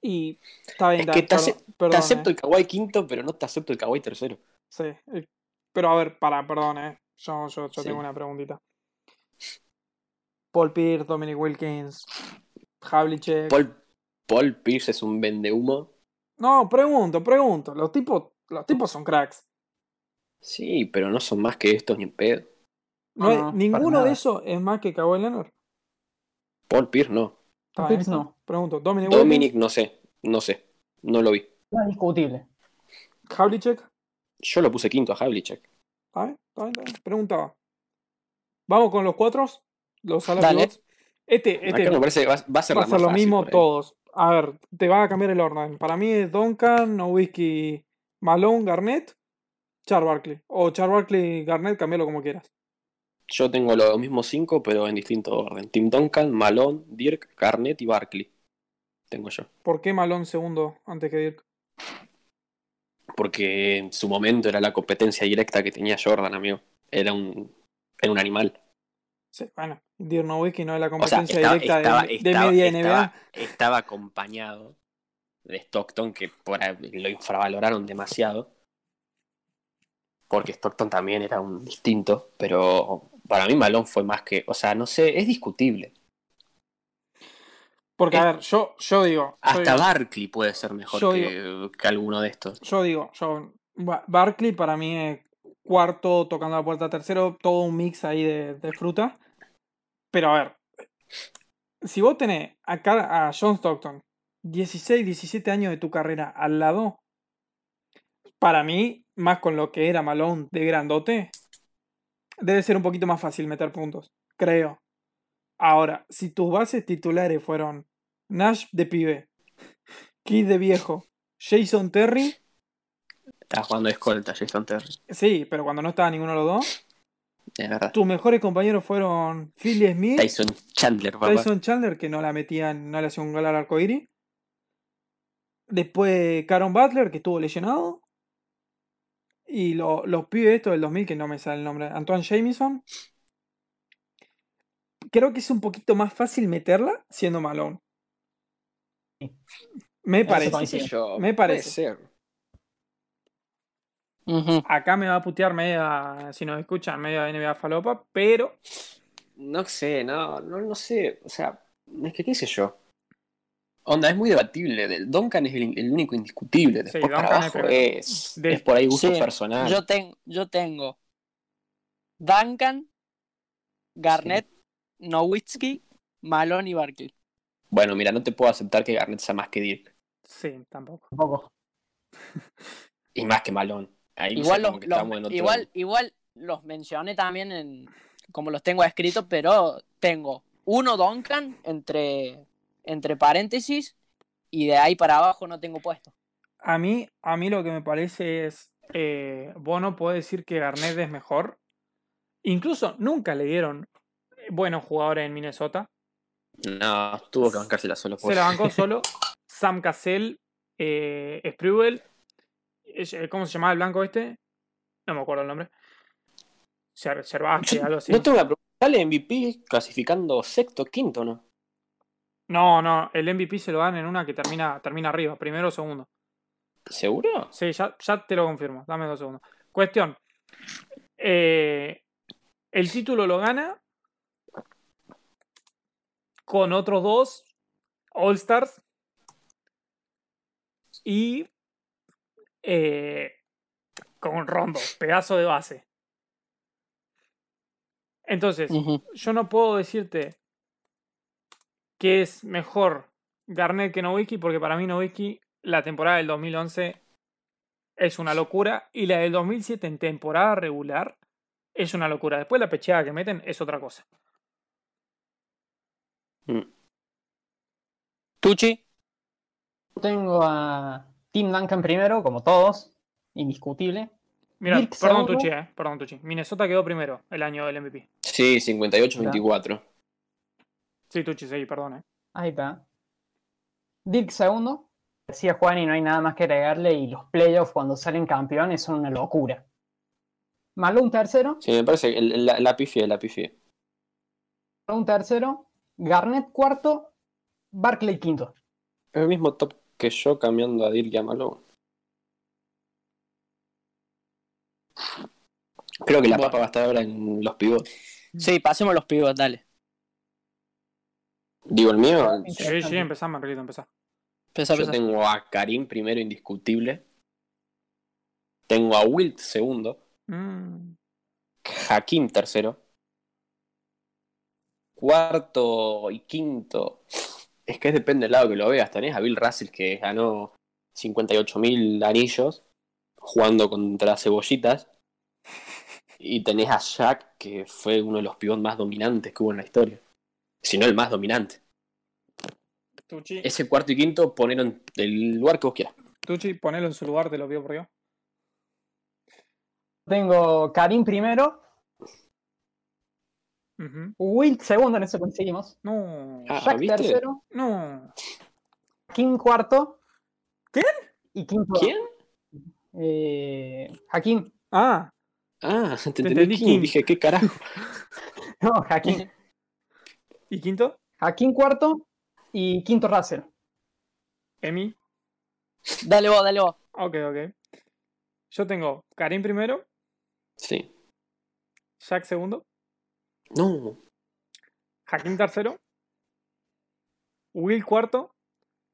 S4: Y está bien,
S2: Es
S4: da-
S2: que te
S4: perdón,
S2: ace-
S4: perdón,
S2: Te acepto
S4: eh.
S2: el Kawhi quinto, pero no te acepto el Kawhi tercero.
S4: Sí, eh, pero a ver, para, perdón, eh. Yo, yo, yo
S2: Sí.
S4: tengo una preguntita. Paul Pierce, Dominic Wilkins, Havlicek.
S2: Paul, Paul Pierce es un vendehumo.
S4: No, pregunto, pregunto. Los tipos, los tipos son cracks.
S2: Sí, pero no son más que estos ni en pedo. Ah,
S4: No hay-
S3: No, para
S4: ninguno de
S3: nada.
S4: esos es más que Kawhi Leonard.
S2: Paul Pierce no.
S4: Está bien.
S3: Phillips no,
S4: Pregunto, Dominic,
S2: Dominic no sé, no sé. No lo vi.
S3: no es discutible.
S4: Wilkins, Havlicek.
S2: Yo lo puse quinto a Havlicek.
S4: ¿Está bien? ¿Está bien? está bien. Preguntaba. Vamos con los cuatro. Los ala
S1: Dale.
S4: pivots. Este, este
S2: Acá me parece que va, va a ser
S4: va
S2: la
S4: a
S2: más
S4: ser lo
S2: fácil
S4: mismo
S2: por ahí.
S4: todos. A ver, te va a cambiar el orden. Para mí es Duncan, Nowitzki, Malone, Garnett, Char Barkley. O Char Barkley, Garnett, cambialo como quieras.
S2: Yo tengo los mismos cinco, pero en distinto orden. Tim Duncan, Malone, Dirk, Garnett y Barkley. Tengo yo.
S4: ¿Por qué Malone segundo antes que Dirk?
S2: Porque en su momento era la competencia directa que tenía Jordan, amigo. Era un, era un animal.
S4: Sí, bueno, Dirk Nowitzki no es la
S2: O sea,
S4: competencia
S2: estaba,
S4: directa de-
S2: estaba-
S4: de,
S2: estaba-
S4: media NBA.
S2: estaba- estaba acompañado de Stockton, que por ahí lo infravaloraron demasiado. Porque Stockton también era un distinto, pero para mí Malone fue más que. O sea, no sé, es discutible.
S4: Porque, a ver, yo, yo digo. yo
S2: Hasta
S4: digo-
S2: Barkley puede ser mejor
S4: Yo
S2: que, que alguno de estos.
S4: Yo digo, yo, Ba- Barkley para mí es cuarto, tocando la puerta tercero, todo un mix ahí de, de fruta. Pero a ver, si vos tenés a, Car- a John Stockton, 16, 17 años de tu carrera al lado, para mí, más con lo que era Malone de grandote, debe ser un poquito más fácil meter puntos, creo. Ahora, si tus bases titulares fueron Nash de pibe, Keith de viejo, Jason Terry,
S2: Estaba jugando de escolta, Jason Terry.
S4: Sí, pero cuando no estaba ninguno de los dos,
S2: Es verdad.
S4: tus mejores compañeros fueron Phil Smith,
S2: Tyson Chandler, papá.
S4: Tyson Chandler, que no la metían, no le hacía un gol al arcoíris. Después Caron Butler, que estuvo lesionado. y lo- los pibes estos del 2000, que no me sale el nombre, Antoine Jamison, creo que es un poquito más fácil meterla siendo Malone.
S3: Sí.
S4: Me
S3: Eso
S4: parece.
S3: coincido.
S2: Yo-
S4: Me parece.
S2: puede ser.
S1: Ujú.
S4: Acá me va a putear media, si nos escuchan, media NBA falopa, pero
S2: No sé, no, no, no sé. O sea, es que qué sé yo. Onda, es muy debatible. Del- Duncan es el, el único indiscutible. Después para
S4: Duncan es
S2: abajo
S4: primero.
S2: es,
S4: De-
S2: es por ahí gusto
S1: Sí,
S2: personal.
S1: Yo, ten- yo tengo Duncan, Garnett, Nowitzki, Malone y Barkley.
S2: Bueno, mira, no te puedo aceptar que Garnett sea más que Dirk
S4: sí, tampoco.
S3: Un poco.
S2: y más que Malone. Ahí ya
S1: Igual
S2: como
S1: los,
S2: que
S1: los-
S2: estamos en otro-
S1: igual, igual los mencioné también en como los tengo escritos, pero tengo uno Duncan entre, entre paréntesis y de ahí para abajo no tengo puesto.
S4: A mí, a mí lo que me parece es, eh, Bono puede decir que Garnett es mejor. Incluso nunca le dieron eh, buenos jugadores en Minnesota.
S2: No, tuvo que bancársela solo.
S4: Se
S2: pues.
S4: la bancó solo Sam Cassell, eh, Sprewell, eh, ¿cómo se llamaba el blanco este? No me acuerdo el nombre. Cer- Cervasti, algo así.
S2: No tengo la pregunta. Sale MVP clasificando sexto, quinto, ¿no?
S4: No, no, el MVP se lo dan en una que termina, termina arriba, primero o segundo.
S2: ¿Seguro?
S4: Sí, ya, ya te lo confirmo, dame dos segundos. Cuestión. Eh, el título lo gana con otros dos All Stars y eh, con Rondo, pedazo de base. Entonces, yo no puedo decirte que es mejor Garnett que Nowitzki porque para mí Nowitzki la temporada del 2011 es una locura y la del 2007 en temporada regular es una locura. Después la pecheada que meten es otra cosa.
S1: Tucci,
S3: Tengo a Tim Duncan primero, como todos, indiscutible.
S4: Mira,
S3: Dirk
S4: perdón
S3: segundo.
S4: Tucci, eh, perdón Tucci. Minnesota quedó primero el año del MVP.
S2: Sí, 58-24.
S4: Sí, Tucci, sí, perdón. eh.
S3: Ahí está. Dirk segundo. Decía Juan y no hay nada más que agregarle y los playoffs cuando salen campeones son una locura. Malone tercero,
S2: Sí, me parece que el- el- la, la pifié, la pifié.
S3: Malone tercero, Garnett cuarto, Barclay quinto.
S2: Es el mismo top que yo cambiando a Dirk y a Malone. Creo que la papa va a estar ahora en los pivotes.
S1: sí, pasemos los pibos, dale.
S2: Digo, el mío,
S4: Sí, sí,
S3: Interesante.
S4: empezá, Margarito, empezá.
S1: Pensá,
S2: yo
S1: pensá.
S2: tengo a Karim primero indiscutible. Tengo a Wilt segundo.
S4: Mm,
S2: Hakim tercero. Cuarto y quinto. Es que depende del lado que lo veas. Tenés a Bill Russell que ganó 58.000 anillos jugando contra cebollitas. Y tenés a Shaq que fue uno de los pivots más dominantes que hubo en la historia. Si no el más dominante.
S4: Tucci,
S2: Ese cuarto y quinto ponieron el lugar que vos quieras.
S4: Tucci, ponelo en su lugar, te lo pido por Dios.
S3: Tengo Karim primero,
S4: Ujú.
S3: Wilt segundo, en eso conseguimos.
S4: No,
S2: Ah,
S3: Jack
S2: ¿viste?
S3: tercero,
S4: no.
S3: Kim cuarto.
S4: ¿Quién?
S3: Y quinto.
S2: ¿Quién?
S3: Eh, Hakim.
S4: Ah,
S2: Ah, te entendí,
S4: entendí,
S2: Kim.
S4: Kim.
S2: Dije, ¿qué carajo?
S3: No, Hakim.
S4: ¿y quinto?
S3: Hakim cuarto y quinto Russell.
S4: Emi.
S1: Dale vos, dale vos.
S4: Ok, ok. Yo tengo Karim primero,
S2: Sí.
S4: Jack segundo,
S2: No.
S4: Hakim tercero, Will cuarto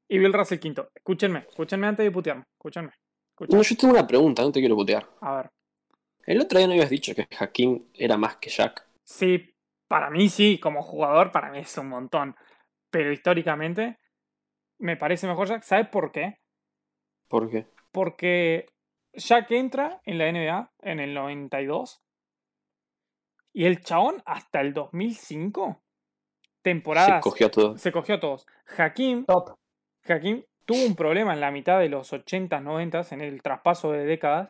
S4: y Bill Russell quinto. Escúchenme, escúchenme antes de putearme. Escúchenme.
S2: No, yo tengo una pregunta, no te quiero putear.
S4: A ver.
S2: El otro día no habías dicho que Hakim era más que Jack.
S4: Sí, para mí sí, como jugador, para mí es un montón. Pero históricamente me parece mejor Jack. ¿Sabes por qué?
S2: ¿Por qué?
S4: Porque Jack entra en la NBA en el 92 y el chabón hasta el 2005,
S2: Se
S4: temporadas,
S2: cogió a todos.
S4: se cogió a todos. Hakim,
S3: Top.
S4: Hakim tuvo un problema en la mitad de los 80s, 90s, en el traspaso de décadas,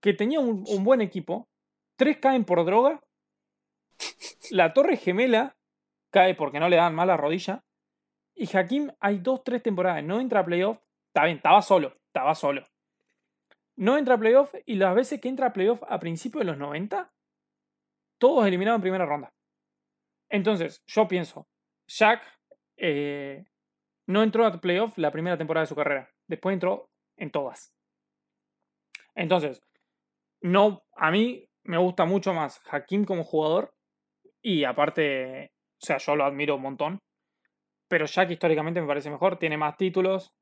S4: que tenía un, un buen equipo, tres caen por droga, la torre gemela cae porque no le dan mala rodilla, y Hakim hay dos, tres temporadas, no entra a playoff, está bien, estaba solo, estaba solo. no entra a playoff y las veces que entra a playoff a principios de los 90, todos eliminados en primera ronda. Entonces, yo pienso, Shaq eh, no entró a playoff la primera temporada de su carrera, después entró en todas. Entonces, no, a mí me gusta mucho más Hakim como jugador y aparte, o sea, yo lo admiro un montón, pero Shaq históricamente me parece mejor, tiene más títulos,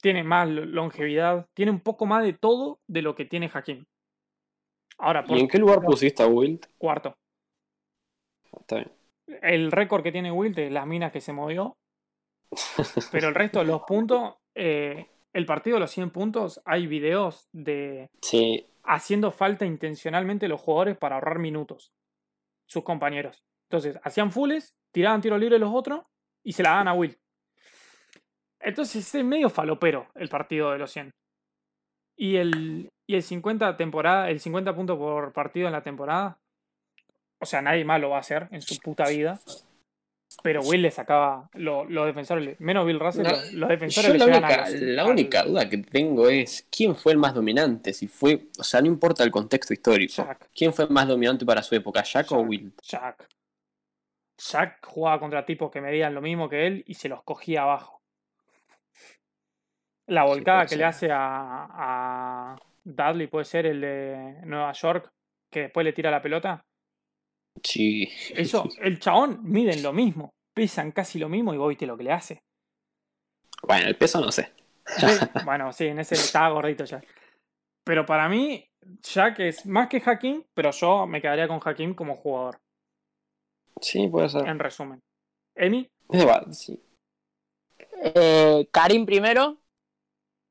S4: tiene más longevidad, tiene un poco más de todo de lo que tiene Hakim. Ahora,
S2: ¿Y en qué lugar pusiste a Wilt?
S4: cuarto.
S2: Está bien.
S4: El récord que tiene Wilt es las minas que se movió. Pero el resto de los puntos, eh, el partido de los 100 puntos, hay videos de
S2: Sí,
S4: haciendo falta intencionalmente los jugadores para ahorrar minutos. Sus compañeros. Entonces, hacían fulls, tiraban tiro libre los otros y se la daban a Will. Entonces, es medio falopero el partido de los 100. Y el, y el 50 temporada, el 50 puntos por partido en la temporada. O sea, nadie más lo va a hacer en su puta vida. Pero Will le sacaba lo- los defensores, le- menos Bill Russell,
S2: No,
S4: los, los defensores
S2: Yo
S4: le
S2: la
S4: llegan
S2: única,
S4: a los-
S2: la
S4: al-
S2: única duda que tengo es quién fue el más dominante, si fue, o sea, no importa el contexto histórico.
S4: Shaq.
S2: ¿Quién fue más dominante para su época, Jack o
S4: Shaq.
S2: Wilt?
S4: Shaq. Shaq jugaba contra tipos que medían lo mismo que él y se los cogía abajo. La volcada
S2: puede
S4: que le hace a, a Dudley puede ser el de Nueva York, que después le tira la pelota.
S2: Sí.
S4: Eso, el chabón miden lo mismo, pesan casi lo mismo y vos viste lo que le hace.
S2: Bueno, el peso no sé.
S4: Sí, bueno, sí, en ese estaba gordito ya. Pero para mí, Shaq es más que Hakim, pero yo me quedaría con Hakim como jugador,
S2: Sí, puede ser.
S4: en resumen. Emi,
S2: Es deba- sí.
S1: Eh, Karim primero,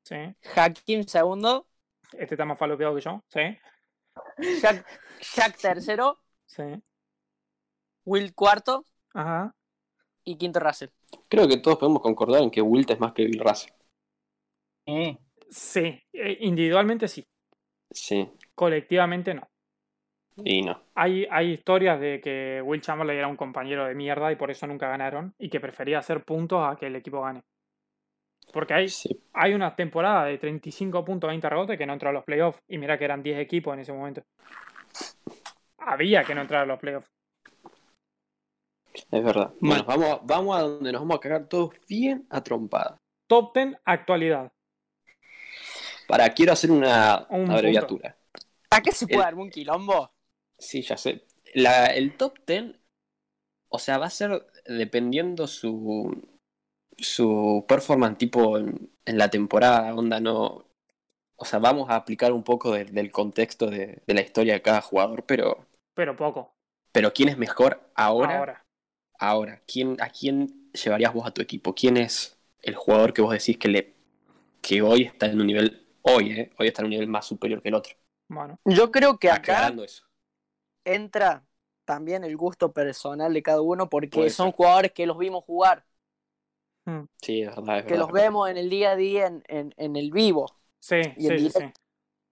S4: sí.
S1: Hakim segundo,
S4: Este está más falopeado que yo, sí.
S1: Jack, Jack tercero,
S4: Sí.
S1: Will cuarto
S4: Ajá.
S1: y quinto Russell.
S2: Creo que todos podemos concordar en que Wilt es más que Bill Russell. Mm.
S3: Eh,
S4: Sí. eh, individualmente sí.
S2: Sí,
S4: Colectivamente no.
S2: y no.
S4: Hay, hay historias de que Will Chamberlain era un compañero de mierda y por eso nunca ganaron y que prefería hacer puntos a que el equipo gane. Porque hay,
S2: Sí.
S4: hay una temporada de 35 puntos, 20 rebotes que no entró a los playoffs y mira que eran 10 equipos en ese momento. Había que no entrar a los playoffs.
S2: Es verdad. Bueno, vamos, a- vamos a donde nos vamos a cagar todos bien a trompada.
S4: Top 10 actualidad.
S2: Para, quiero hacer una
S4: Un
S2: abreviatura.
S1: Acá se puede
S2: El-
S1: armar un quilombo.
S2: Sí, ya sé. La- el top 10, o sea, va a ser dependiendo su, su performance tipo en, en la temporada, onda, no. O sea, vamos a aplicar un poco del- del contexto de, de la historia de cada jugador, pero,
S4: Pero poco.
S2: pero ¿quién es mejor ahora? Ahora,
S4: Ahora.
S2: ¿Quién, ¿a quién llevarías vos a tu equipo? ¿Quién es el jugador que vos decís que, le, que hoy está en un nivel, hoy, eh, hoy está en un nivel más superior que el otro?
S4: Bueno.
S1: Yo creo que acá
S2: Aclarando eso.
S1: entra también el gusto personal de cada uno porque
S2: Puede
S1: son
S2: ser.
S1: jugadores que los vimos jugar,
S2: Sí, es verdad, es
S1: que
S2: verdad.
S1: los vemos en el día a día en, en- en el vivo.
S4: Sí,
S1: Y
S4: sí,
S1: el
S4: sí, sí. Sí,
S2: Claro,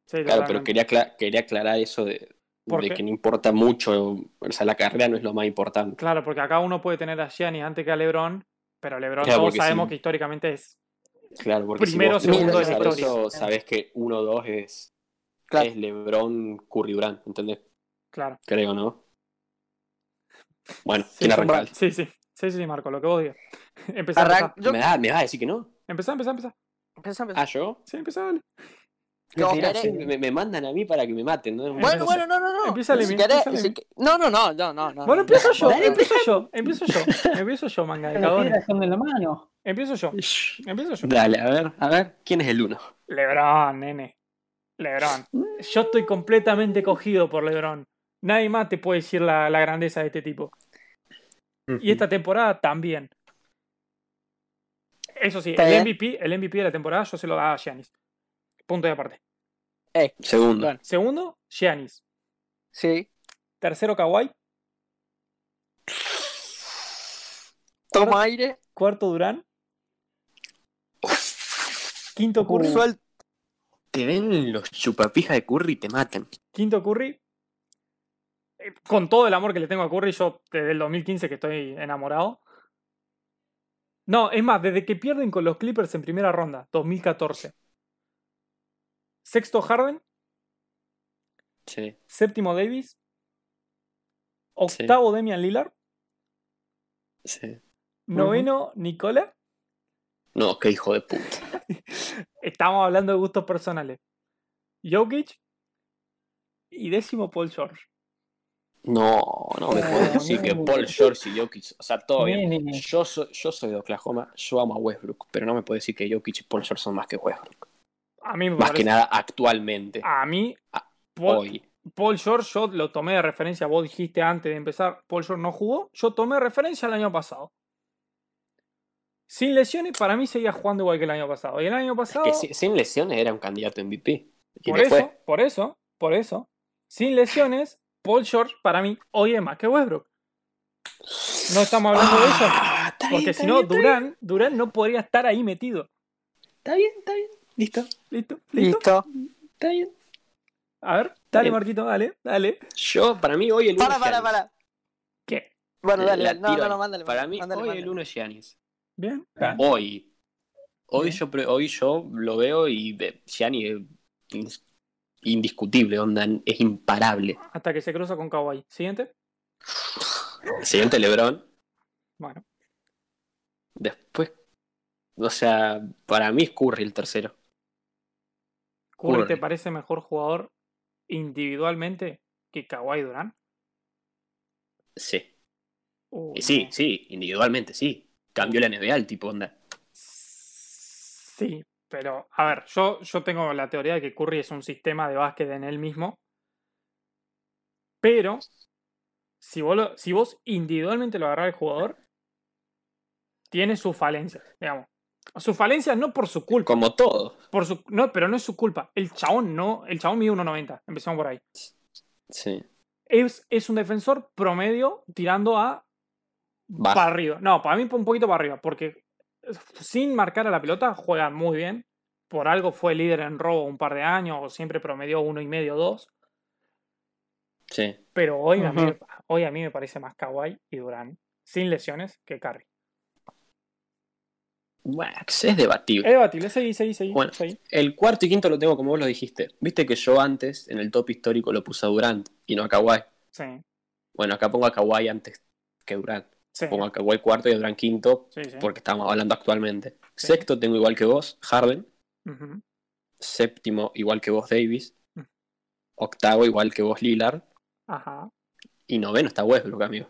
S2: pero
S4: totalmente.
S2: quería, acla- quería aclarar eso de,
S4: ¿Por
S2: de
S4: qué?
S2: que no importa mucho, o sea, la carrera no es lo más importante.
S4: Claro, porque acá uno puede tener a Giannis antes que a LeBron, pero LeBron
S2: Claro,
S4: todos
S2: porque
S4: sabemos
S2: sí.
S4: que históricamente es.
S2: Claro, porque
S4: Primero,
S2: si vos
S1: segundo
S2: tenés que
S1: de la
S2: saber
S4: historia.
S2: eso, sabés que 1-2 es,
S1: Claro.
S2: es LeBron Curry Durant, ¿entendés?
S4: Claro.
S2: Creo, ¿no? Bueno,
S4: Sí,
S2: ¿quién
S4: sí,
S2: arranca?
S4: sí, sí, sí, sí, Marco, lo que vos digas. Empezá,
S1: Arran-
S4: empezá,
S1: Yo-
S2: ¿Me vas me vas a decir que no?
S4: empezá, empezá, empezá.
S1: Empezá, empezá.
S2: Ah, ¿yo?
S4: Sí, empezá, dale.
S1: No,
S2: Mirá,
S1: querés-
S2: sí, me, me mandan a mí para que me maten, ¿no?
S1: Bueno, bueno, no, no, no.
S4: Empieza
S1: Si
S4: Lemmy,
S1: querés-
S4: empieza
S1: si
S4: Lemmy.
S1: que- No, no, no, no, no. no.
S4: Bueno, empiezo yo,
S1: Dale,
S4: empiezo yo, empiezo yo, empiezo yo, manga de
S3: las
S4: cagones.
S3: piedras son de la mano.
S4: Empiezo yo, empiezo yo.
S2: Dale, a ver, a ver, ¿quién es el uno?
S4: Lebron, nene. Lebron. Yo estoy completamente cogido por Lebron. Nadie más te puede decir la, la grandeza de este tipo. Y esta temporada también. Eso sí,
S1: Está
S4: el
S1: bien.
S4: MVP, el MVP de la temporada yo se lo daba a Giannis. Punto de aparte.
S2: Segundo.
S1: Bueno.
S4: Segundo, Giannis.
S1: Sí.
S4: Tercero, Kawhi.
S1: Toma aire,
S4: Cuarto, Durán. Quinto, Curry.
S1: suelta.
S2: Te ven los chupapijas de Curry y te matan.
S4: Quinto, Curry. Eh, Con todo el amor que le tengo a Curry, yo desde el 2015 que estoy enamorado. No, es más, desde que pierden con los Clippers en primera ronda, 2014. Sexto Harden,
S2: Sí.
S4: séptimo Davis, octavo Demian Lillard,
S2: Sí.
S4: noveno Nicola.
S2: No, qué hijo de puta.
S4: Estamos hablando de gustos personales. Jokic y décimo Paul George.
S2: No, no me puedes decir que Paul George y Jokic. O sea, todo bien.
S3: Nene.
S2: Yo soy, yo soy de Oklahoma, yo amo a Westbrook, pero no me puedes decir que Jokic y Paul George son más que Westbrook.
S4: A mí me
S2: Más que
S4: parece-
S2: nada actualmente,
S4: A mí,
S2: Ah,
S4: Paul,
S2: hoy.
S4: Paul George, yo lo tomé de referencia, vos dijiste antes de empezar, Paul George no jugó, yo tomé de referencia el año pasado. Sin lesiones, para mí seguía jugando igual que el año pasado. Y el año pasado,
S2: Que si- sin lesiones era un candidato MVP. Y
S4: por
S2: lo
S4: eso,
S2: fue.
S4: por eso, por eso, sin lesiones, Paul George para mí hoy es más que Westbrook. No estamos hablando de eso,
S2: Ah, está bien,
S4: porque
S2: está
S4: si no,
S2: bien, está
S4: Durán, Durán no podría estar ahí metido.
S2: Está bien, está bien. Listo,
S4: ¿Listo? ¿Listo?
S1: Listo.
S2: está bien.
S4: A ver, dale,
S2: bien.
S4: Marquito, dale, dale.
S2: Yo, para mí, hoy el uno
S1: Para,
S2: es
S1: para,
S2: Giannis.
S1: para.
S4: ¿Qué?
S1: Bueno, dale,
S2: La
S1: dale. No,
S2: tiro
S1: no, no,
S2: ahí.
S1: mándale.
S2: Para mí,
S1: mándale,
S2: hoy
S1: mándale.
S2: el uno es Giannis.
S4: ¿Bien?
S2: Hoy. Hoy
S4: Ah. Bien.
S2: yo, pre- hoy yo lo veo y eh, Gianni es ins- indiscutible, onda, es imparable.
S4: Hasta que se cruza con Kawhi. ¿Siguiente?
S2: Siguiente Lebron.
S4: Bueno,
S2: Después. O sea, para mí es Curry el tercero.
S4: ¿Curry
S2: Curry.
S4: te parece mejor jugador individualmente que Kawhi Durán?
S2: Sí.
S4: Uy,
S2: Y sí,
S4: no.
S2: sí, individualmente, sí. Cambió la NBA el tipo, onda.
S4: Sí, pero a ver, yo, yo tengo la teoría de que Curry es un sistema de básquet en él mismo. Pero si vos, lo- si vos individualmente lo agarrás al jugador, tiene sus falencias, digamos. Sus falencias no por su culpa.
S2: Como todo.
S4: Por su, no, pero no es su culpa. El chabón no. El chabón mide 1.90. Empezamos por ahí.
S2: Sí.
S4: Es, es un defensor promedio tirando a.
S2: Bajo.
S4: Para arriba. No, para mí un poquito para arriba. Porque sin marcar a la pelota juega muy bien. Por algo fue líder en robo un par de años. O siempre promedió uno y medio, dos.
S2: Sí.
S4: Pero hoy, a, mí,
S3: Ujú.
S4: hoy a mí me parece más Kawhi y Durán. Sin lesiones que Curry.
S2: Bueno, pues es debatible.
S4: Es debatible. Seguí, seguí, seguí.
S2: Bueno.
S4: seguí.
S2: Eh. El cuarto y quinto lo tengo como vos lo dijiste. Viste que yo antes, en el top histórico, lo puse a Durant y no a Kawhi.
S4: Sí,
S2: Bueno, acá pongo a Kawhi antes que Durant.
S4: sí,
S2: Pongo a Kawhi cuarto y a Durant quinto,
S4: sí, sí.
S2: porque estamos hablando actualmente.
S4: Sí.
S2: Sexto tengo igual que vos, Harden.
S4: Ujú,
S2: Séptimo igual que vos, Davis.
S4: Mm.
S2: Octavo igual que vos, Lillard.
S4: Ajá.
S2: Y noveno está Westbrook, amigo.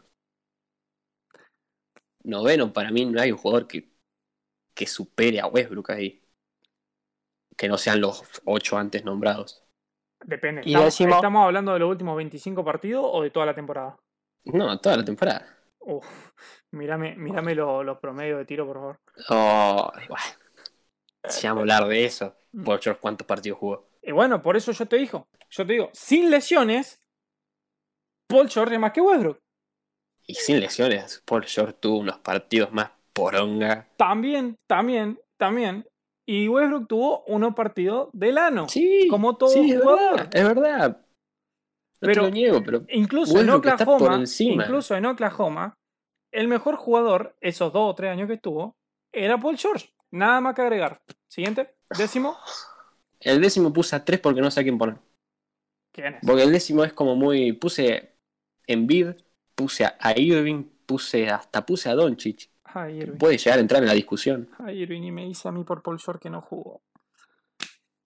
S2: Noveno, para mí no hay un jugador que, que supere a Westbrook ahí. Que no sean los ocho antes nombrados.
S4: Depende.
S1: Y
S4: ¿Estamos,
S1: décimo.
S4: estamos hablando de los últimos 25 partidos o de toda la temporada?
S2: No, toda la temporada.
S4: Uf, mírame, mírame lo- los promedios de tiro, por favor.
S2: Oh, igual. Si vamos a hablar de eso,
S4: Mm.
S2: por George, ¿cuántos partidos jugó?
S4: Y Eh, bueno, por eso yo te digo, yo te digo, sin lesiones, Paul George es más que Westbrook.
S2: Y sin lesiones, Paul George tuvo unos partidos más poronga.
S4: También, también, también. Y Westbrook tuvo unos partidos del ano.
S2: Sí,
S4: como todo
S2: sí, es
S4: jugador.
S2: verdad, es verdad. No te
S4: Pero-
S2: lo niego, pero
S4: Incluso
S2: Westbrook
S4: en
S2: está por
S4: Oklahoma,
S2: encima.
S4: incluso en Oklahoma, el mejor jugador, esos dos o tres años que estuvo, era Paul George. Nada más que agregar. Siguiente, décimo.
S2: el décimo puse a tres porque no sé a quién poner.
S4: ¿Quién es?
S2: Porque el décimo es como muy. Puse Embiid, puse a- a Irving, puse hasta puse a Doncic.
S4: Ay, Irving.
S2: Puede llegar a entrar en la discusión.
S4: Ay, Irving, y me dice a mí por Paul George que no jugó.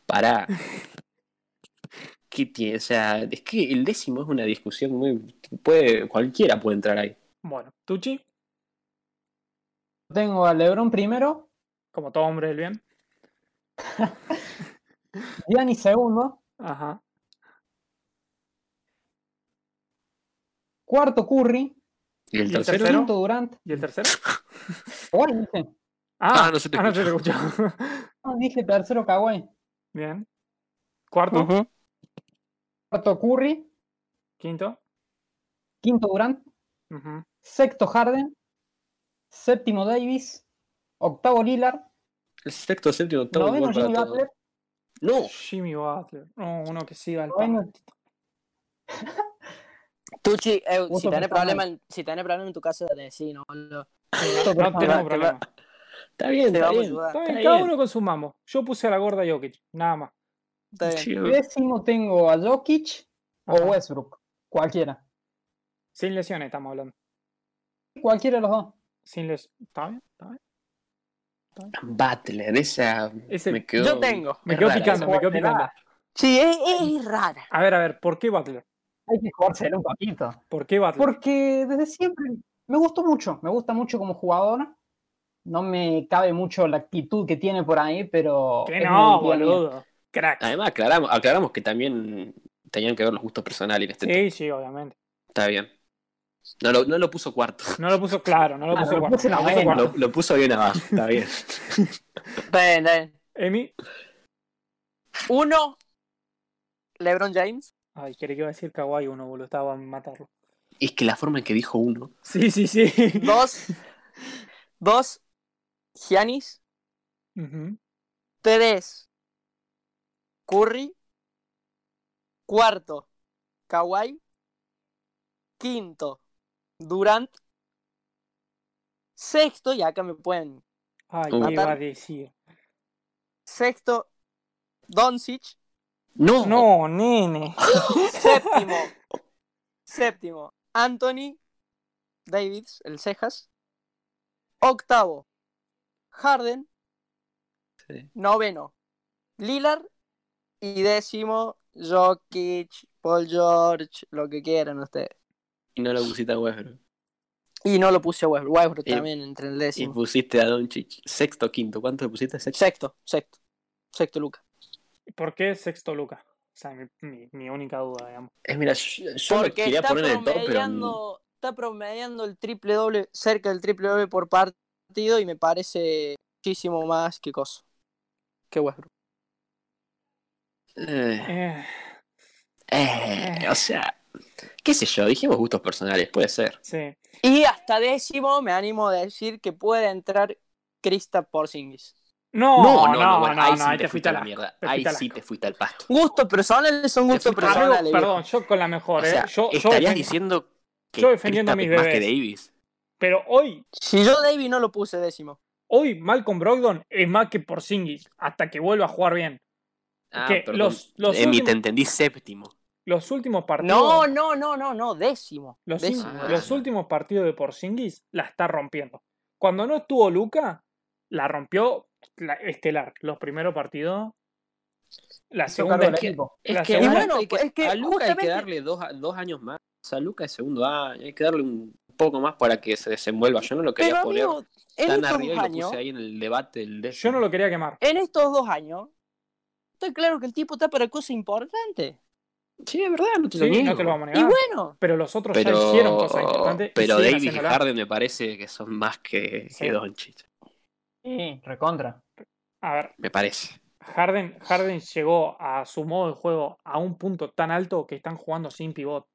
S2: Pará. ¿Qué tiene? O sea, es que el décimo es una discusión muy. Puede, cualquiera puede entrar ahí.
S4: Bueno, Tucci,
S3: Tengo a LeBron primero,
S4: como todo hombre del bien.
S3: Giannis segundo,
S4: Ajá.
S3: cuarto Curry,
S2: ¿Y el
S4: ¿Y el
S2: tercero?
S4: tercero?
S3: quinto Durant.
S4: ¿Y el tercero?
S3: Kawhi, dije.
S4: Ah,
S2: Ah, no se te
S4: ah, escuchó.
S3: No, dije tercero Kawhi,
S4: bien. Cuarto,
S1: Ujú.
S3: cuarto Curry,
S4: quinto.
S3: quinto Durant,
S4: ujú.
S3: sexto Harden, séptimo Davis, octavo Lillard,
S2: El sexto, séptimo, octavo.
S3: noveno
S2: igual para
S3: Jimmy
S2: todos.
S3: Butler,
S2: No,
S4: Jimmy Butler. No, uno que siga al pan.
S3: noveno
S1: Tucci, eh,
S3: Vos
S1: si
S3: sos
S1: tenés
S3: persona.
S1: problema en, si tenés problema en tu casa, decí, no, boludo.
S3: sexto
S4: No
S3: personal.
S4: tenemos problema.
S2: está bien,
S1: Te
S2: está
S1: vamos a
S2: bien.
S1: ayudar.
S4: Está bien,
S2: Está
S4: cada
S2: bien.
S4: uno con su mambo. Yo puse a la gorda Jokic, nada más.
S1: Está bien.
S2: Sí,
S3: Décimo tengo a Jokic o
S4: Ajá.
S3: Westbrook. Cualquiera.
S4: Sin lesiones estamos hablando.
S3: Cualquiera de los dos.
S4: Sin les... ¿Está bien? ¿Está bien?
S2: Butler, esa
S4: Ese-
S2: me quedó.
S1: Yo tengo.
S4: Me
S2: Es
S4: quedo
S2: rara
S4: picando, me quedo
S3: Jugársela.
S4: picando.
S1: Sí, es, es rara.
S4: A ver, a ver, ¿por qué Butler?
S3: Hay que jugársela un poquito.
S4: ¿Por qué Butler?
S3: Porque desde siempre me gustó mucho, me gusta mucho como jugadora. No me cabe mucho la actitud que tiene por ahí, pero.
S4: Que
S3: es
S4: no,
S3: muy pionera.
S4: boludo. Crack.
S2: Además, aclaramos, aclaramos que también tenían que ver los gustos personales en este
S4: Sí, sí, obviamente.
S2: Está bien. No lo, no lo puso cuarto.
S4: No lo puso claro, no lo
S3: Ah,
S4: puso
S3: lo
S4: cuarto.
S3: puse
S4: no lo
S3: noveno.
S4: puso cuarto.
S2: Lo, lo puso bien abajo. Está bien.
S1: Está bien, está bien.
S4: Emi.
S1: Uno, LeBron James.
S4: Ay, quería que iba a decir Kawaii uno, boludo. Estaba a matarlo.
S2: es que la forma en que dijo uno.
S4: Sí, sí, sí.
S1: Dos, dos, Giannis.
S4: Ujú.
S1: Tres, Curry. Cuarto, Kawhi. Quinto, Durant. Sexto, y acá me pueden.
S4: Ay,
S2: Uh.
S4: ¿qué iba a decir?
S1: Sexto, Doncic.
S2: No.
S4: No, nene.
S1: Séptimo, séptimo, Anthony Davids, el Cejas. Octavo, Harden.
S2: Sí.
S1: Noveno, Lillard. Y décimo, Jokic, Paul George, lo que quieran ustedes.
S2: Y no lo pusiste a Westbrook.
S1: Y no lo puse a Westbrook, Westbrook
S2: Y-
S1: también entre el
S2: Y
S1: décimo.
S2: pusiste a Doncic. Sexto, quinto. ¿Cuánto le pusiste? Sexto.
S1: Sexto, sexto, sexto Luca.
S4: ¿Por qué sexto Luca? O sea, mi, mi- mi única duda, digamos.
S2: Eh, mira, yo, yo lo
S1: Porque
S2: quería
S1: está
S2: poner en el top, pero.
S1: promediando, está promediando el triple doble, cerca del triple doble por partido y me parece muchísimo más que cosa. Que Westbrook.
S2: eh,
S4: Eh,
S2: eh, o sea. ¿Qué sé yo? Dijimos gustos personales, puede ser.
S4: sí.
S1: Y hasta décimo me animo a decir que puede entrar Krista Porzingis.
S4: No, no, no, no,
S2: bueno, ahí sí
S4: ahí
S2: te, fuiste a la mierda.
S4: te
S2: Ahí
S4: fuiste al
S2: sí
S4: asco.
S2: te fuiste al pasto.
S1: Gustos personales son gustos
S2: Te fui- Amigo,
S1: personales. viejo.
S4: Ah, perdón, yo con la mejor,
S2: O sea,
S4: ¿eh? Yo, yo
S2: estarías
S4: defen-
S2: diciendo que
S4: yo defendiendo
S2: Kristaps
S4: a mis
S2: más que
S4: bebés.
S2: Davis.
S4: Pero hoy,
S1: Si yo David no lo puse décimo.
S4: hoy Malcolm Brogdon es más que Porzingis hasta que vuelva a jugar bien.
S2: Ah,
S4: Que
S2: perdón.
S4: los- los
S2: Emi,
S4: últimos-
S2: te entendí séptimo.
S4: Los últimos partidos.
S1: No, no, no, no, no, décimo.
S4: Los,
S1: décimo.
S4: ul-
S2: Ah.
S4: los últimos partidos de Porzingis la está rompiendo. Cuando no estuvo Luca, la rompió la- estelar. Los primeros partidos. La
S3: Hizo
S4: segunda
S3: cargo del
S4: es que-
S3: equipo.
S4: La
S2: Es que,
S4: segunda-
S2: a
S4: Y
S1: bueno,
S2: hay que-
S1: es que
S2: a Luca hay
S1: justamente-
S2: que darle dos, a- dos años más. O sea, Luca es segundo año, hay que darle un poco más para que se desenvuelva. Yo no lo quería
S1: Pero
S2: poner
S1: amigo, en
S2: tan
S1: estos
S2: arriba y
S1: dos
S2: lo
S1: años,
S2: puse ahí en el debate del
S4: Yo no lo quería quemar.
S1: en estos dos años, estoy claro que el tipo está para cosas importantes.
S2: Sí, es verdad, no te lo
S4: Sí,
S2: niego.
S4: no te lo vamos a
S1: Y
S4: negar.
S1: bueno,
S4: Pero los otros
S2: pero,
S4: ya hicieron cosas importantes. y
S2: pero
S4: siguen
S2: Davis y
S4: haciéndola.
S2: Harden me parece que son más que,
S4: Sí.
S2: que Doncic,
S3: Sí, recontra.
S4: A ver,
S2: me parece.
S4: Harden, Harden llegó a su modo de juego a un punto tan alto que están jugando sin pivot.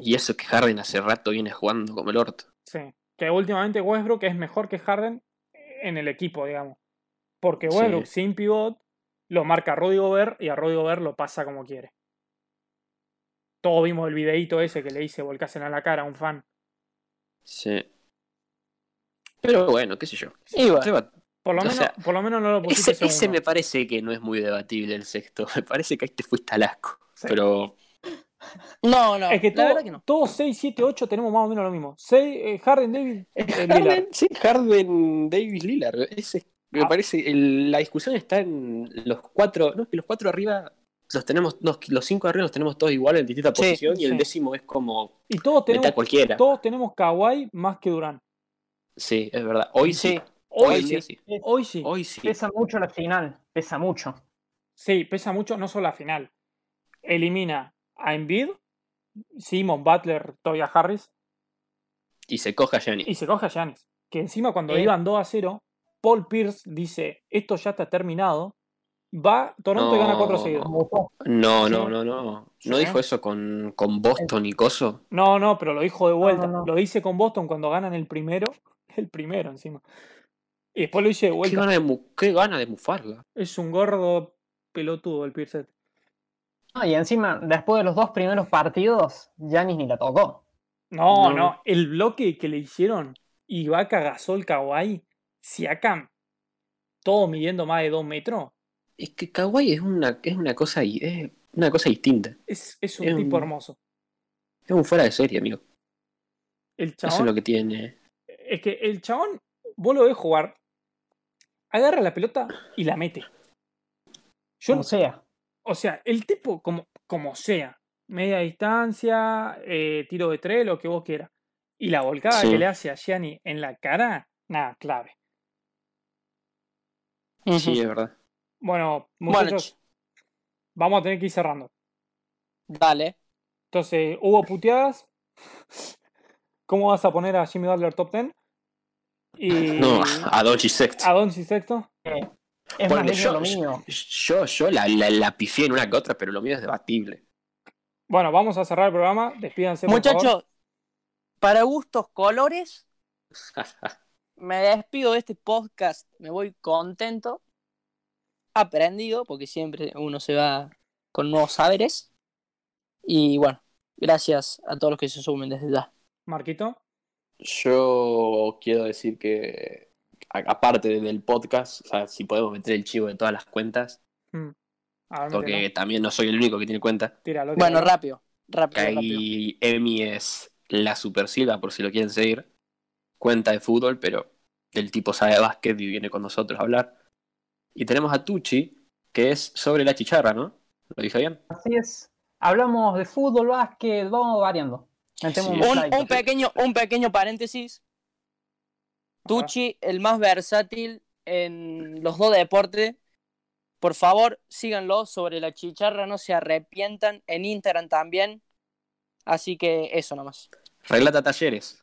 S2: Y eso que Harden hace rato viene jugando como el orto.
S4: Sí. Que últimamente Westbrook es mejor que Harden en el equipo, digamos. Porque
S2: Sí.
S4: Westbrook sin pivot lo marca Rudy Gobert y a Rudy Gobert lo pasa como quiere. Todos vimos el videíto ese que le hice volcasen a la cara a un fan.
S2: Sí. Pero bueno, qué sé yo.
S1: y bueno.
S2: Seba,
S4: Por lo,
S2: O
S4: menos,
S2: sea,
S4: por lo menos no lo pusiste
S2: Ese, ese
S4: segundo.
S2: me parece que no es muy debatible el sexto. Me parece que ahí te fuiste al asco.
S4: Sí.
S2: Pero
S1: No, no,
S4: Es que,
S1: la
S4: todo-
S1: verdad que no.
S4: todos 6, 7, 8 tenemos más o menos lo mismo. Seis, eh, Harden, David, eh, Lillard.
S2: Harden, sí, Harden, Davis, Lillard. Ese, me
S4: Ah.
S2: parece, el- la discusión está en los cuatro. No, que los cuatro arriba los tenemos, no, que los cinco arriba los tenemos todos iguales en distinta
S1: Sí,
S2: posición y
S4: sí.
S2: el décimo es como
S4: Y todos tenemos,
S2: meta cualquiera.
S4: todos tenemos Kawhi más que Durán.
S2: Sí, es verdad. Hoy sí.
S1: Sí.
S2: Hoy,
S4: Hoy
S2: sí.
S4: sí.
S2: sí.
S4: Hoy sí.
S2: Hoy sí.
S3: Pesa mucho la final, pesa mucho.
S4: Sí, pesa mucho, no solo la final. Elimina a Embiid, Simon Butler, Tobias Harris
S2: Y se coja Gianni.
S4: y se coge a Giannis. Que encima cuando
S3: Sí.
S4: iban 2 a 0, Paul Pierce dice, esto ya está terminado, va Toronto y gana
S2: No.
S4: 4 seguidos.
S3: Me gustó.
S2: No,
S4: Sí.
S2: no, no, no.
S4: Sí.
S2: ¿No dijo eso con, con Boston y Coso?
S4: No, no, pero lo dijo de vuelta.
S3: no, no.
S4: Lo dice con Boston cuando ganan el primero, el primero encima. Y después lo dice de
S2: Qué
S4: vuelta.
S2: gana de, mu- qué gana de mufarla.
S4: Es un gordo pelotudo el Pierce.
S3: Ah, y encima, después de los dos primeros partidos, Yanis ni la tocó.
S4: No, no,
S2: No.
S4: El bloque que le hicieron Ibaka, Gasol, Kawhi, Siakam, todos midiendo más de 2 metros.
S2: Es que Kawhi es una, es una cosa y- es una cosa distinta.
S4: Es, es un
S2: Es un-
S4: tipo hermoso.
S2: Es un fuera de serie, amigo.
S4: El
S2: Eso es
S4: chabón.
S2: lo que tiene.
S4: Es que el chabón, vos lo ves jugar, agarra la pelota y la mete. Yo,
S3: O sea,
S4: o sea, el tipo, como, como sea, media distancia, eh, tiro de tres, lo que vos quieras. Y la volcada
S2: Sí.
S4: que le hace a Gianni en la cara, nada, clave.
S2: Sí, es verdad.
S4: Bueno,
S1: Bueno,
S4: muchachos, vamos a tener que ir cerrando.
S1: dale.
S4: Entonces, hubo puteadas. ¿Cómo vas a poner a Jimmy Butler top 10? Y
S2: No, a Doncic sexto.
S4: a Doncic sexto.
S3: es
S2: Ponele,
S3: más lindo
S2: yo-
S3: lo mío.
S2: Yo, yo la, la, la pifié en una que otra, pero lo mío es debatible.
S4: Bueno, vamos a cerrar el programa. Despídanse. por favor.
S1: Muchachos, para gustos colores, me despido de este podcast. Me voy contento, aprendido, porque siempre uno se va con nuevos saberes. Y bueno, gracias a todos los que se sumen desde ya.
S4: Marquito.
S2: Yo quiero decir que, a- aparte del podcast, o sea, si podemos meter el chivo de todas las cuentas,
S4: Mm. A ver,
S2: porque
S4: mételo.
S2: también no soy el único que tiene cuenta,
S4: Tíralo,
S1: Bueno,
S4: tíralo.
S1: rápido,
S2: que
S1: rápido, rápido.
S2: ahí Emi es la super Silva, por si lo quieren seguir. Cuenta de fútbol, pero el tipo sabe de básquet y viene con nosotros a hablar. Y tenemos a Tucci, que es sobre la chicharra, ¿no? ¿Lo dije bien?
S3: Así es. Hablamos de fútbol, básquet, vamos variando. Metemos
S2: Sí.
S3: un
S1: Un,
S3: slide.
S1: un pequeño, un pequeño paréntesis. Tucci, el más versátil en los dos deportes. Por favor, síganlo sobre la chicharra, no se arrepientan. En Instagram también. Así que eso nomás.
S2: Relata talleres.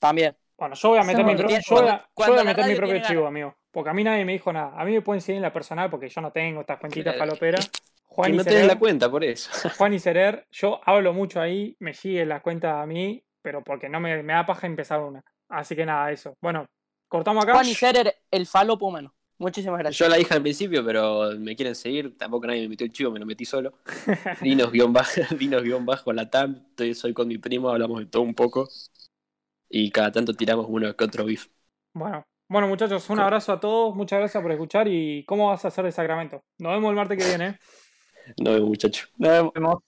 S1: También.
S4: Bueno, yo voy a meter mi,
S3: Cuando
S4: pro-
S1: tiene-
S4: yo voy a-
S1: cuando-
S4: yo
S1: cuando
S4: voy a
S1: la
S4: meter mi
S1: radio
S4: propio
S1: tiene
S4: chivo, amigo. Porque a mí nadie me dijo nada. A mí me pueden seguir en la personal porque yo no tengo estas cuentitas
S2: Claro.
S4: faloperas.
S2: Que
S4: Juan y,
S2: no tenés
S4: Serer,
S2: la cuenta por eso.
S4: Juan y Serer, yo hablo mucho ahí, me siguen las cuentas a mí, pero porque no me, me da paja empezar una. Así que nada, eso. Bueno, cortamos acá.
S1: Juan y Serer, el falopo humano. Muchísimas gracias.
S2: Yo la dije al principio, pero me quieren seguir. Tampoco nadie me metió el chivo, me lo metí solo. Dinos guión bajo, dinos guión bajo la TAM. Estoy, soy con mi primo, hablamos de todo un poco. Y cada tanto tiramos uno que otro beef.
S4: Bueno, bueno, muchachos, un abrazo a todos. Muchas gracias por escuchar y cómo vas a hacer el Sacramento. Nos vemos el martes que viene. ¿eh?
S2: No, muchacho.
S3: Vemos.